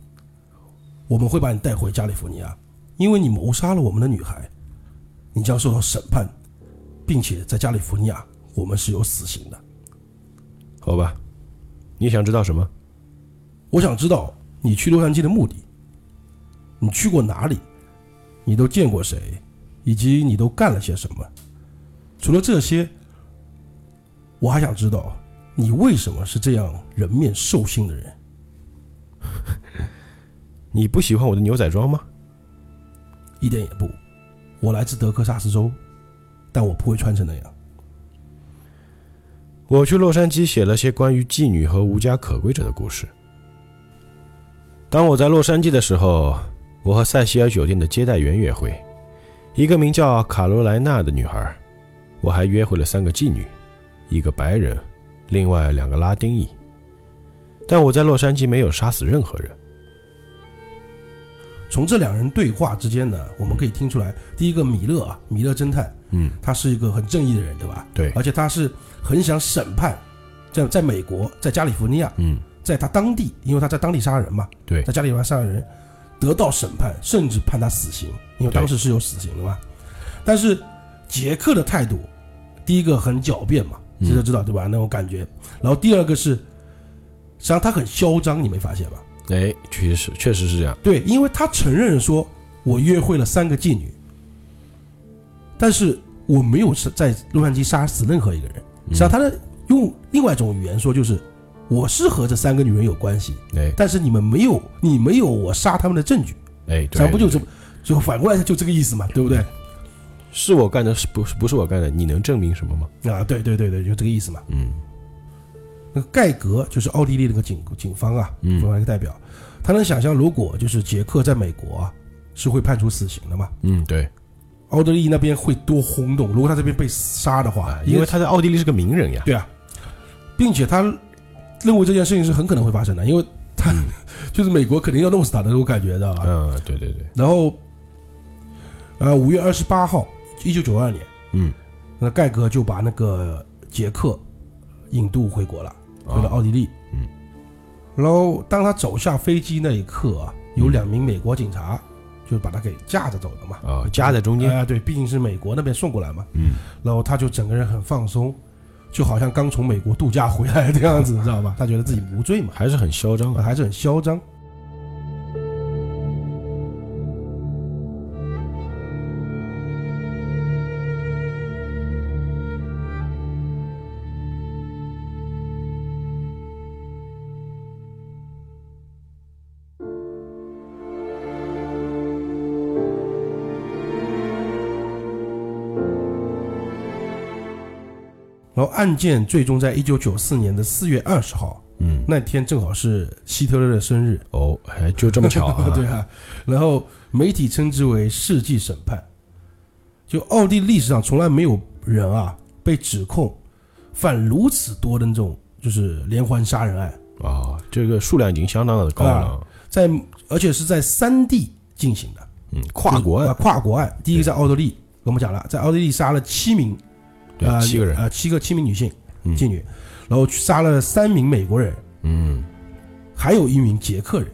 Speaker 2: 我们会把你带回加利福尼亚，因为你谋杀了我们的女孩，你将受到审判，并且在加利福尼亚我们是有死刑的。
Speaker 1: 好吧，你想知道什么？
Speaker 2: 我想知道你去洛杉矶的目的，你去过哪里，你都见过谁，以及你都干了些什么。除了这些，我还想知道你为什么是这样人面兽心的人。
Speaker 1: 你不喜欢我的牛仔装吗？
Speaker 2: 一点也不，我来自德克萨斯州，但我不会穿成那样。
Speaker 1: 我去洛杉矶写了些关于妓女和无家可归者的故事。当我在洛杉矶的时候，我和塞西尔酒店的接待员约会，一个名叫卡罗莱娜的女孩，我还约会了三个妓女，一个白人，另外两个拉丁裔。但我在洛杉矶没有杀死任何人。
Speaker 2: 从这两人对话之间呢，我们可以听出来，第一个米勒啊，米勒侦探，
Speaker 1: 嗯，
Speaker 2: 他是一个很正义的人，对吧？
Speaker 1: 对，
Speaker 2: 而且他是很想审判，在在美国，在加利福尼亚，
Speaker 1: 嗯，
Speaker 2: 在他当地，因为他在当地杀人嘛，
Speaker 1: 对
Speaker 2: 在加利福尼亚杀人，得到审判，甚至判他死刑，因为
Speaker 1: 对
Speaker 2: 当时是有死刑的嘛。但是杰克的态度，第一个很狡辩嘛，
Speaker 1: 嗯
Speaker 2: 这就知道对吧？那种感觉。然后第二个是，实际上他很嚣张，你没发现吗？
Speaker 1: 哎，确实确实是这样。
Speaker 2: 对，因为他承认说我约会了三个妓女，但是我没有是在洛杉矶杀死任何一个人。实际上，他的用另外一种语言说，就是我是和这三个女人有关系，
Speaker 1: 哎
Speaker 2: 但是你们没有，你没有我杀他们的证据，
Speaker 1: 哎，对
Speaker 2: 咱不就这么，就反过来就这个意思嘛，对不对？
Speaker 1: 是我干的，是不是不是我干的？你能证明什么吗？
Speaker 2: 啊，对对对对，就这个意思嘛。
Speaker 1: 嗯
Speaker 2: 那个盖格就是奥地利那个警警方啊，
Speaker 1: 嗯
Speaker 2: 警方一个代表，他能想象如果就是杰克在美国啊，是会判处死刑的嘛？
Speaker 1: 嗯，对
Speaker 2: 奥地利那边会多轰动，如果他这边被杀的话
Speaker 1: 啊，，因为他在奥地利是个名人呀。
Speaker 2: 对啊，并且他认为这件事情是很可能会发生的，因为他、 就是美国肯定要弄死他的，我感觉到啊。
Speaker 1: 嗯，对对对，
Speaker 2: 然后，呃，五月二十八号，一九九二年，
Speaker 1: 嗯，
Speaker 2: 那盖格就把那个杰克引渡回国了，
Speaker 1: 啊
Speaker 2: 回了奥地利。
Speaker 1: 嗯，
Speaker 2: 然后当他走下飞机那一刻啊，
Speaker 1: 嗯
Speaker 2: 有两名美国警察就把他给架着走了嘛。
Speaker 1: 啊，夹在中
Speaker 2: 哎、
Speaker 1: 间，
Speaker 2: 对，毕竟是美国那边送过来嘛。
Speaker 1: 嗯，
Speaker 2: 然后他就整个人很放松，就好像刚从美国度假回来的样子，你知道吧？他觉得自己无罪嘛，
Speaker 1: 还是很嚣
Speaker 2: 啊
Speaker 1: 张啊。
Speaker 2: 还是很嚣张。然后案件最终在一九九四年的四月二十号
Speaker 1: 嗯，
Speaker 2: 那天，正好是希特勒的生日，
Speaker 1: 哦，还就这么巧啊，
Speaker 2: 对啊。然后媒体称之为世纪审判。就奥地利历史上从来没有人啊被指控犯如此多的那种就是连环杀人案，
Speaker 1: 啊，这个数量已经相当的高
Speaker 2: 啊
Speaker 1: 了，
Speaker 2: 在而且是在三地进行的。
Speaker 1: 嗯，跨国
Speaker 2: 啊，
Speaker 1: 案，
Speaker 2: 跨国案。第一个在奥地利，我们讲了，在奥地利杀了七名，
Speaker 1: 对，
Speaker 2: 呃
Speaker 1: 七个人，
Speaker 2: 呃，七个七名女性
Speaker 1: 嗯
Speaker 2: 妓女，然后去杀了三名美国人，
Speaker 1: 嗯，
Speaker 2: 还有一名捷克人。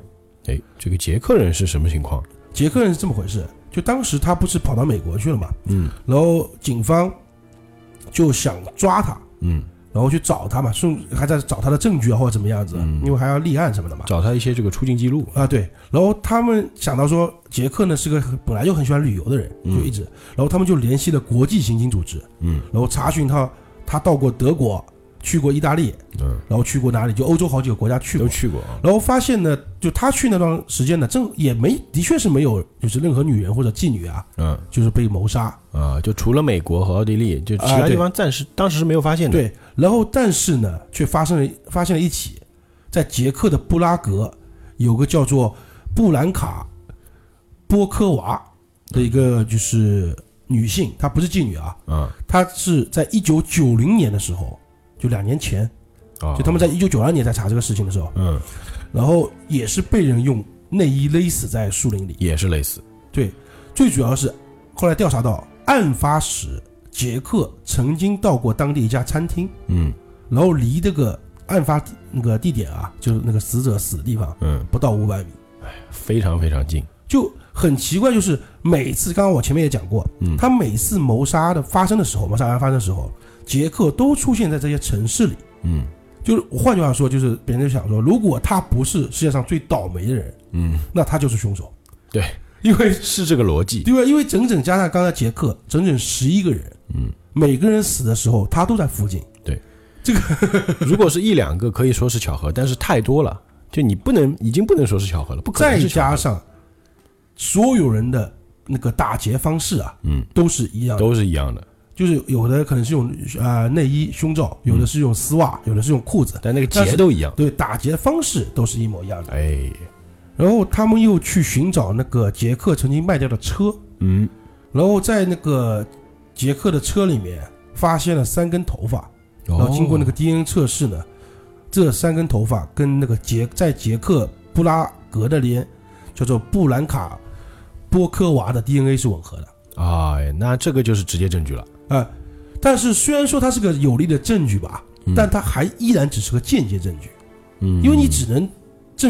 Speaker 1: 哎，这个捷克人是什么情况？
Speaker 2: 捷克人是这么回事，就当时他不是跑到美国去了嘛，
Speaker 1: 嗯
Speaker 2: 然后警方就想抓他，
Speaker 1: 嗯，
Speaker 2: 然后去找他嘛，顺还在找他的证据啊或者怎么样子，
Speaker 1: 嗯
Speaker 2: 因为还要立案什么的嘛。
Speaker 1: 找他一些这个出境记录，
Speaker 2: 啊，对，然后他们想到说，杰克呢是个很本来就很喜欢旅游的人，就一直，然后他们就联系了国际刑警组织，
Speaker 1: 嗯，
Speaker 2: 然后查询他，他到过德国，去过意大利，
Speaker 1: 嗯，
Speaker 2: 然后去过哪里，就欧洲好几个国家去
Speaker 1: 都
Speaker 2: 过，
Speaker 1: 去过啊，
Speaker 2: 然后发现呢，就他去那段时间呢，正也没的确是没有，就是任何女人或者妓女啊，
Speaker 1: 嗯
Speaker 2: 就是被谋杀，
Speaker 1: 啊，就除了美国和奥地利，就其
Speaker 2: 啊
Speaker 1: 他
Speaker 2: 对
Speaker 1: 地方暂时当时是没有发现的，
Speaker 2: 对，然后但是呢，却发生了发现了一起，在捷克的布拉格有个叫做布兰卡波科娃的一个就是女性，她不是妓女啊，
Speaker 1: 啊
Speaker 2: 她是在一九九零年的时候，就两年前，
Speaker 1: 啊，
Speaker 2: 就他们在一九九二年在查这个事情的时候，
Speaker 1: 嗯
Speaker 2: 然后也是被人用内衣勒死在树林里。
Speaker 1: 也是类似，
Speaker 2: 对，最主要是后来调查到案发时杰克曾经到过当地一家餐厅。
Speaker 1: 嗯
Speaker 2: 然后离这个案发地那个地点啊，就是那个死者死的地方
Speaker 1: 嗯，
Speaker 2: 不到五百米，
Speaker 1: 非常非常近，
Speaker 2: 就很奇怪。就是每次，刚刚我前面也讲过，
Speaker 1: 嗯
Speaker 2: 他每次谋杀的发生的时候，谋杀案发生的时候，杰克都出现在这些城市里。
Speaker 1: 嗯
Speaker 2: 就是换句话说，就是别人就想说，如果他不是世界上最倒霉的人，
Speaker 1: 嗯，
Speaker 2: 那他就是凶手。
Speaker 1: 对，
Speaker 2: 因为
Speaker 1: 是这个逻 辑，
Speaker 2: 对吧？因为整整加上刚才杰克整整十一个人，
Speaker 1: 嗯，
Speaker 2: 每个人死的时候他都在附近。
Speaker 1: 如果是一两个，可以说是巧合，但是太多了，就你不能，已经不能说是巧合了，不可能
Speaker 2: 再
Speaker 1: 是巧合
Speaker 2: 加上所有人的那个打劫方式啊，
Speaker 1: 嗯，
Speaker 2: 都是一样的，
Speaker 1: 都是一样的，
Speaker 2: 就是有的可能是用呃内衣、胸罩，有
Speaker 1: 嗯
Speaker 2: 的是用丝袜，有的是用裤子，
Speaker 1: 但那个
Speaker 2: 但
Speaker 1: 节
Speaker 2: 是
Speaker 1: 都一样。
Speaker 2: 对，打劫方式都是一模一样的。
Speaker 1: 哎，
Speaker 2: 然后他们又去寻找那个杰克曾经卖掉的车，
Speaker 1: 嗯，
Speaker 2: 然后在那个杰克的车里面发现了三根头发，然后经过
Speaker 1: 哦
Speaker 2: 那个 DNA 测试呢，这三根头发跟那个捷在捷克布拉格的连叫做布兰卡波科娃的 DNA 是吻合的。
Speaker 1: 哦，哎，那这个就是直接证据了。
Speaker 2: 呃，但是虽然说它是个有力的证据吧，
Speaker 1: 嗯
Speaker 2: 但它还依然只是个间接证据，
Speaker 1: 嗯
Speaker 2: 因为你只能证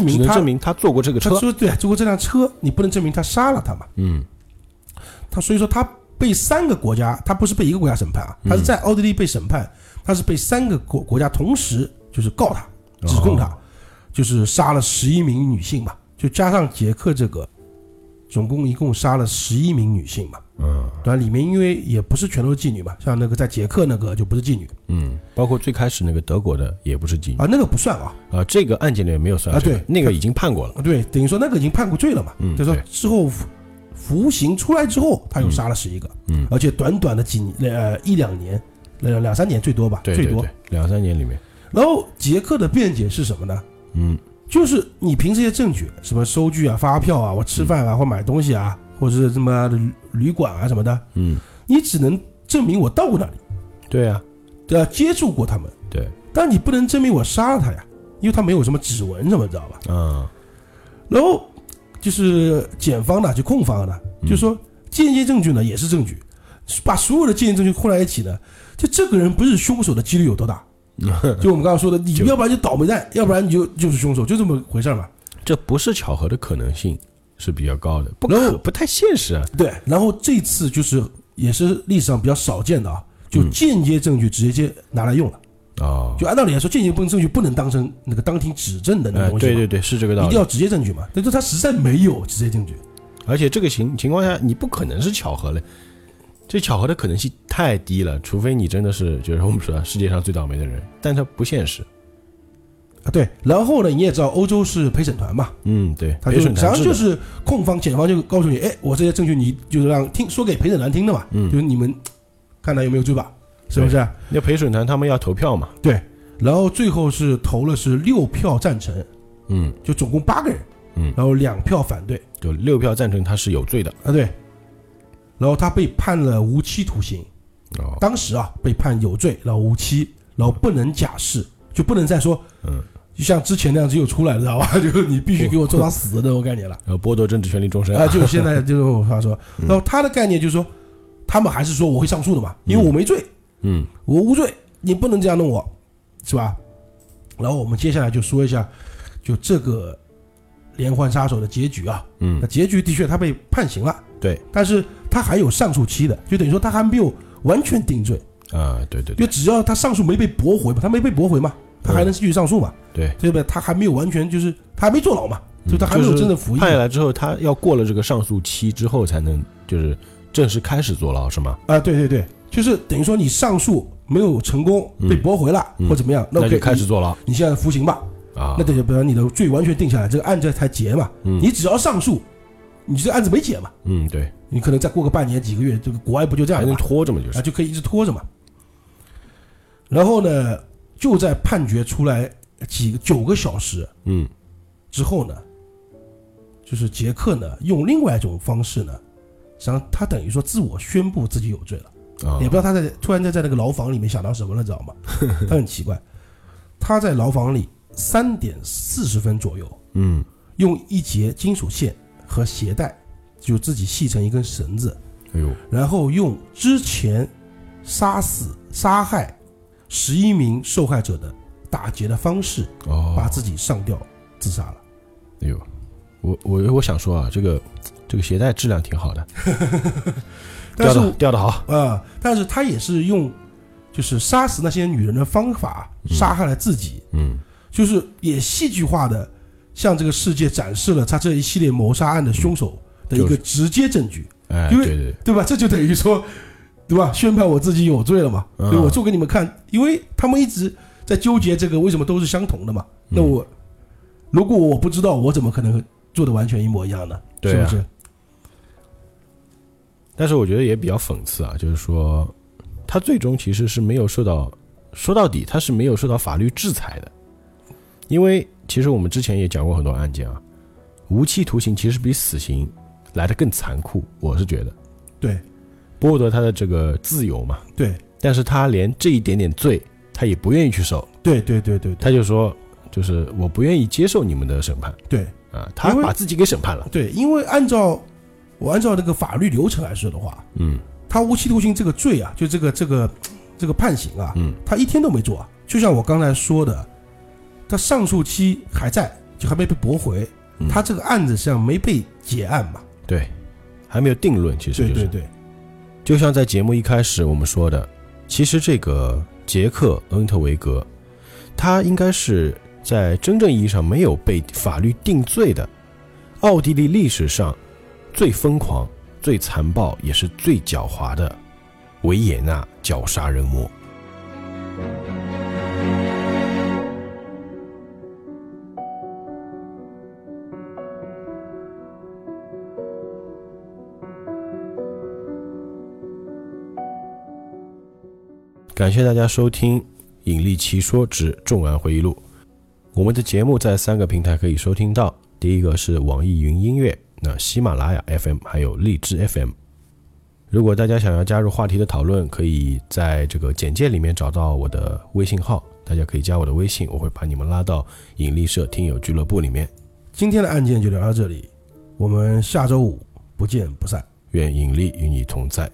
Speaker 1: 只
Speaker 2: 明
Speaker 1: 能
Speaker 2: 他
Speaker 1: 证明他坐过这个
Speaker 2: 他
Speaker 1: 车。
Speaker 2: 说对，通过这辆车，你不能证明他杀了他嘛。
Speaker 1: 嗯
Speaker 2: 他所以说他被三个国家，他不是被一个国家审判
Speaker 1: 嗯
Speaker 2: 啊，他是在奥地利被审判，他是被三个国国家同时就是告他、指控
Speaker 1: 哦
Speaker 2: 他，就是杀了十一名女性嘛，就加上捷克这个，总共一共杀了十一名女性嘛。
Speaker 1: 嗯
Speaker 2: 然后里面因为也不是全都是妓女嘛，像那个在捷克那个就不是妓女
Speaker 1: 嗯，包括最开始那个德国的也不是妓女
Speaker 2: 啊，那个不算啊，
Speaker 1: 啊，这个案件里面没有算
Speaker 2: 啊
Speaker 1: 这个
Speaker 2: 对
Speaker 1: 那个已经判过了。
Speaker 2: 啊对，等于说那个已经判过罪了嘛，
Speaker 1: 嗯
Speaker 2: 就是说
Speaker 1: 对
Speaker 2: 之后服服刑出来之后，他又杀了十一个，
Speaker 1: 嗯
Speaker 2: 而且短短的几年呃一两年，呃两三年最多吧，
Speaker 1: 对
Speaker 2: 最
Speaker 1: 对
Speaker 2: 多
Speaker 1: 对。，两三年里面，
Speaker 2: 然后杰克的辩解是什么呢？
Speaker 1: 嗯
Speaker 2: 就是你凭这些证据，什么收据啊、发票啊、我吃饭
Speaker 1: 嗯
Speaker 2: 啊或买东西啊，或者是什么旅旅馆啊什么的，
Speaker 1: 嗯，
Speaker 2: 你只能证明我到过那里，
Speaker 1: 对啊，
Speaker 2: 对吧？接触过他们，
Speaker 1: 对，
Speaker 2: 但你不能证明我杀了他呀，因为他没有什么指纹什么，知道吧？
Speaker 1: 啊
Speaker 2: 然后就是检方呢，就控方呢，
Speaker 1: 嗯
Speaker 2: 就说间接证据呢也是证据，把所有的间接证据混在一起呢，就这个人不是凶手的几率有 多大？就我们刚刚说的，你
Speaker 1: 就
Speaker 2: 要不然就倒霉蛋，要不然你就就是凶手，就这么回事儿嘛。
Speaker 1: 这不是巧合的可能性是比较高的，不
Speaker 2: 然
Speaker 1: 可
Speaker 2: 后
Speaker 1: 不太现实啊。
Speaker 2: 对，然后这次就是也是历史上比较少见的啊，就间接证据直接拿来用了。
Speaker 1: 哦，
Speaker 2: 就按道理来说，间接证据不能当成那个当庭指证的那个
Speaker 1: 哎，
Speaker 2: 东西嘛，
Speaker 1: 对对对，是这个道
Speaker 2: 一
Speaker 1: 理
Speaker 2: 定。要直接证据嘛。但是他实在没有直接证据，
Speaker 1: 而且这个情情况下，你不可能是巧合嘞，这巧合的可能性太低了，除非你真的是就是我们说的世界上最倒霉的人，但它不现实。
Speaker 2: 啊，对，然后呢，你也知道欧洲是陪审团嘛，
Speaker 1: 嗯，对，
Speaker 2: 他
Speaker 1: 陪
Speaker 2: 就实
Speaker 1: 审
Speaker 2: 际上
Speaker 1: 团制
Speaker 2: 就
Speaker 1: 的，
Speaker 2: 是控方、检方就告诉你，哎，我这些证据你就是让听说给陪审团听的嘛，
Speaker 1: 嗯
Speaker 2: 就是你们看来有没有罪吧？是不是？
Speaker 1: 那陪审团他们要投票嘛，
Speaker 2: 对。然后最后是投了是六票赞成，
Speaker 1: 嗯，
Speaker 2: 就总共八个人，
Speaker 1: 嗯
Speaker 2: 然后两票反对
Speaker 1: 就六票赞成他是有罪的
Speaker 2: 啊，对，然后他被判了无期徒刑，
Speaker 1: 哦，
Speaker 2: 当时啊被判有罪，然后无期，然后不能假释，就不能再说，
Speaker 1: 嗯，
Speaker 2: 就像之前那样只有出来，知道吧？ 就是你必须给我做到死的那种概念了
Speaker 1: 呃，剥夺政治权利终身
Speaker 2: 啊，就是现在这种话说，
Speaker 1: 嗯
Speaker 2: 然后他的概念就是说，他们还是说我会上诉的嘛，因为我没罪，
Speaker 1: 嗯
Speaker 2: 我无罪，你不能这样弄我，是吧？然后我们接下来就说一下，就这个连环杀手的结局啊。
Speaker 1: 嗯
Speaker 2: 那，结局的确他被判刑了，
Speaker 1: 对
Speaker 2: 但是他还有上诉期的，就等于说他还没有完全定罪，
Speaker 1: 啊，对对
Speaker 2: 因
Speaker 1: 对
Speaker 2: 为只要他上诉没被驳回嘛，他没被驳回嘛，他还能继续上诉嘛，
Speaker 1: 对，
Speaker 2: 对不对？他还没有完全就是他还没坐牢嘛，所以他还没有真的服役
Speaker 1: 判下来之后，他要过了这个上诉期之后才能就是正式开始坐牢是吗？
Speaker 2: 啊。对对对，就是等于说你上诉没有成功，
Speaker 1: 嗯
Speaker 2: 被驳回了
Speaker 1: 嗯
Speaker 2: 或怎么样，
Speaker 1: 那
Speaker 2: OK，
Speaker 1: 就开始
Speaker 2: 你
Speaker 1: 坐牢
Speaker 2: 你现在服刑吧，
Speaker 1: 啊，
Speaker 2: 那等于比方你的罪完全定下来，这个案子才结嘛。
Speaker 1: 嗯
Speaker 2: 你只要上诉，你这案子没结嘛，
Speaker 1: 嗯对，
Speaker 2: 你可能再过个半年几个月，这个国外不就这样
Speaker 1: 还
Speaker 2: 了
Speaker 1: 能
Speaker 2: 嘛？
Speaker 1: 拖着嘛就
Speaker 2: 啊，
Speaker 1: 是，
Speaker 2: 就可以一直拖着嘛。然后呢，就在判决出来几个九个小时
Speaker 1: 嗯
Speaker 2: 之后呢，就是杰克呢用另外一种方式呢，实际上他等于说自我宣布自己有罪了，
Speaker 1: 啊
Speaker 2: 也不知道他在突然间在那个牢房里面想到什么了，知道 吗？他很奇怪，他在牢房里三点四十分左右，
Speaker 1: 嗯
Speaker 2: 用一节金属线和鞋带，就自己系成一根绳子，
Speaker 1: 哎呦
Speaker 2: 然后用之前杀死、杀害十一名受害者的打劫的方式，
Speaker 1: 哦，
Speaker 2: 把自己上吊自杀了。
Speaker 1: 哎呦，我我我想说啊，这个这个鞋带质量挺好的，
Speaker 2: 但
Speaker 1: 吊
Speaker 2: 是
Speaker 1: 的吊的好，
Speaker 2: 呃，但是他也是用就是杀死那些女人的方法杀害了自己，
Speaker 1: 嗯
Speaker 2: 就是也戏剧化的向这个世界展示了他这一系列谋杀案的凶手的一
Speaker 1: 就
Speaker 2: 个直接证据，
Speaker 1: 哎
Speaker 2: 因为
Speaker 1: 对对对
Speaker 2: 对吧？这就等于说，对吧？宣判我自己有罪了嘛？
Speaker 1: 嗯
Speaker 2: 对，我做给你们看，因为他们一直在纠结这个为什么都是相同的嘛。那
Speaker 1: 嗯
Speaker 2: 我如果我不知道，我怎么可能做的完全一模一样呢？
Speaker 1: 对
Speaker 2: 是
Speaker 1: 啊
Speaker 2: 不是？
Speaker 1: 但是我觉得也比较讽刺啊，就是说他最终其实是没有受到，说到底他是没有受到法律制裁的，因为其实我们之前也讲过很多案件啊，无期徒刑其实比死刑来的更残酷，我是觉得
Speaker 2: 对
Speaker 1: 剥夺他的这个自由嘛，
Speaker 2: 对
Speaker 1: 但是他连这一点点罪他也不愿意去受，
Speaker 2: 对对对对
Speaker 1: 他就说就是我不愿意接受你们的审判
Speaker 2: 对
Speaker 1: 啊，他
Speaker 2: 因为
Speaker 1: 把自己给审判了，
Speaker 2: 对，因为按照我按照那个法律流程来说的话，
Speaker 1: 嗯
Speaker 2: 他无期徒刑这个罪啊，就这个这个这个判刑啊，
Speaker 1: 嗯
Speaker 2: 他一天都没做啊。就像我刚才说的，他上诉期还在，就还没被驳回
Speaker 1: 嗯，
Speaker 2: 他这个案子实际上没被结案嘛。
Speaker 1: 对，还没有定论，其实就
Speaker 2: 对
Speaker 1: 是
Speaker 2: 对对，
Speaker 1: 就像在节目一开始我们说的，其实这个杰克·恩特维格，他应该是在真正意义上没有被法律定罪的，奥地利历史上最疯狂、最残暴也是最狡猾的维也纳绞杀人魔。感谢大家收听《引力奇说之重案回忆录》。我们的节目在三个平台可以收听到，第一个是网易云音乐，那喜马拉雅 FM 还有荔枝 FM。如果大家想要加入话题的讨论，可以在这个简介里面找到我的微信号，大家可以加我的微信，我会把你们拉到引力社听友俱乐部里面。
Speaker 2: 今天的案件就聊到这里，我们下周五不见不散。
Speaker 1: 愿引力与你同在，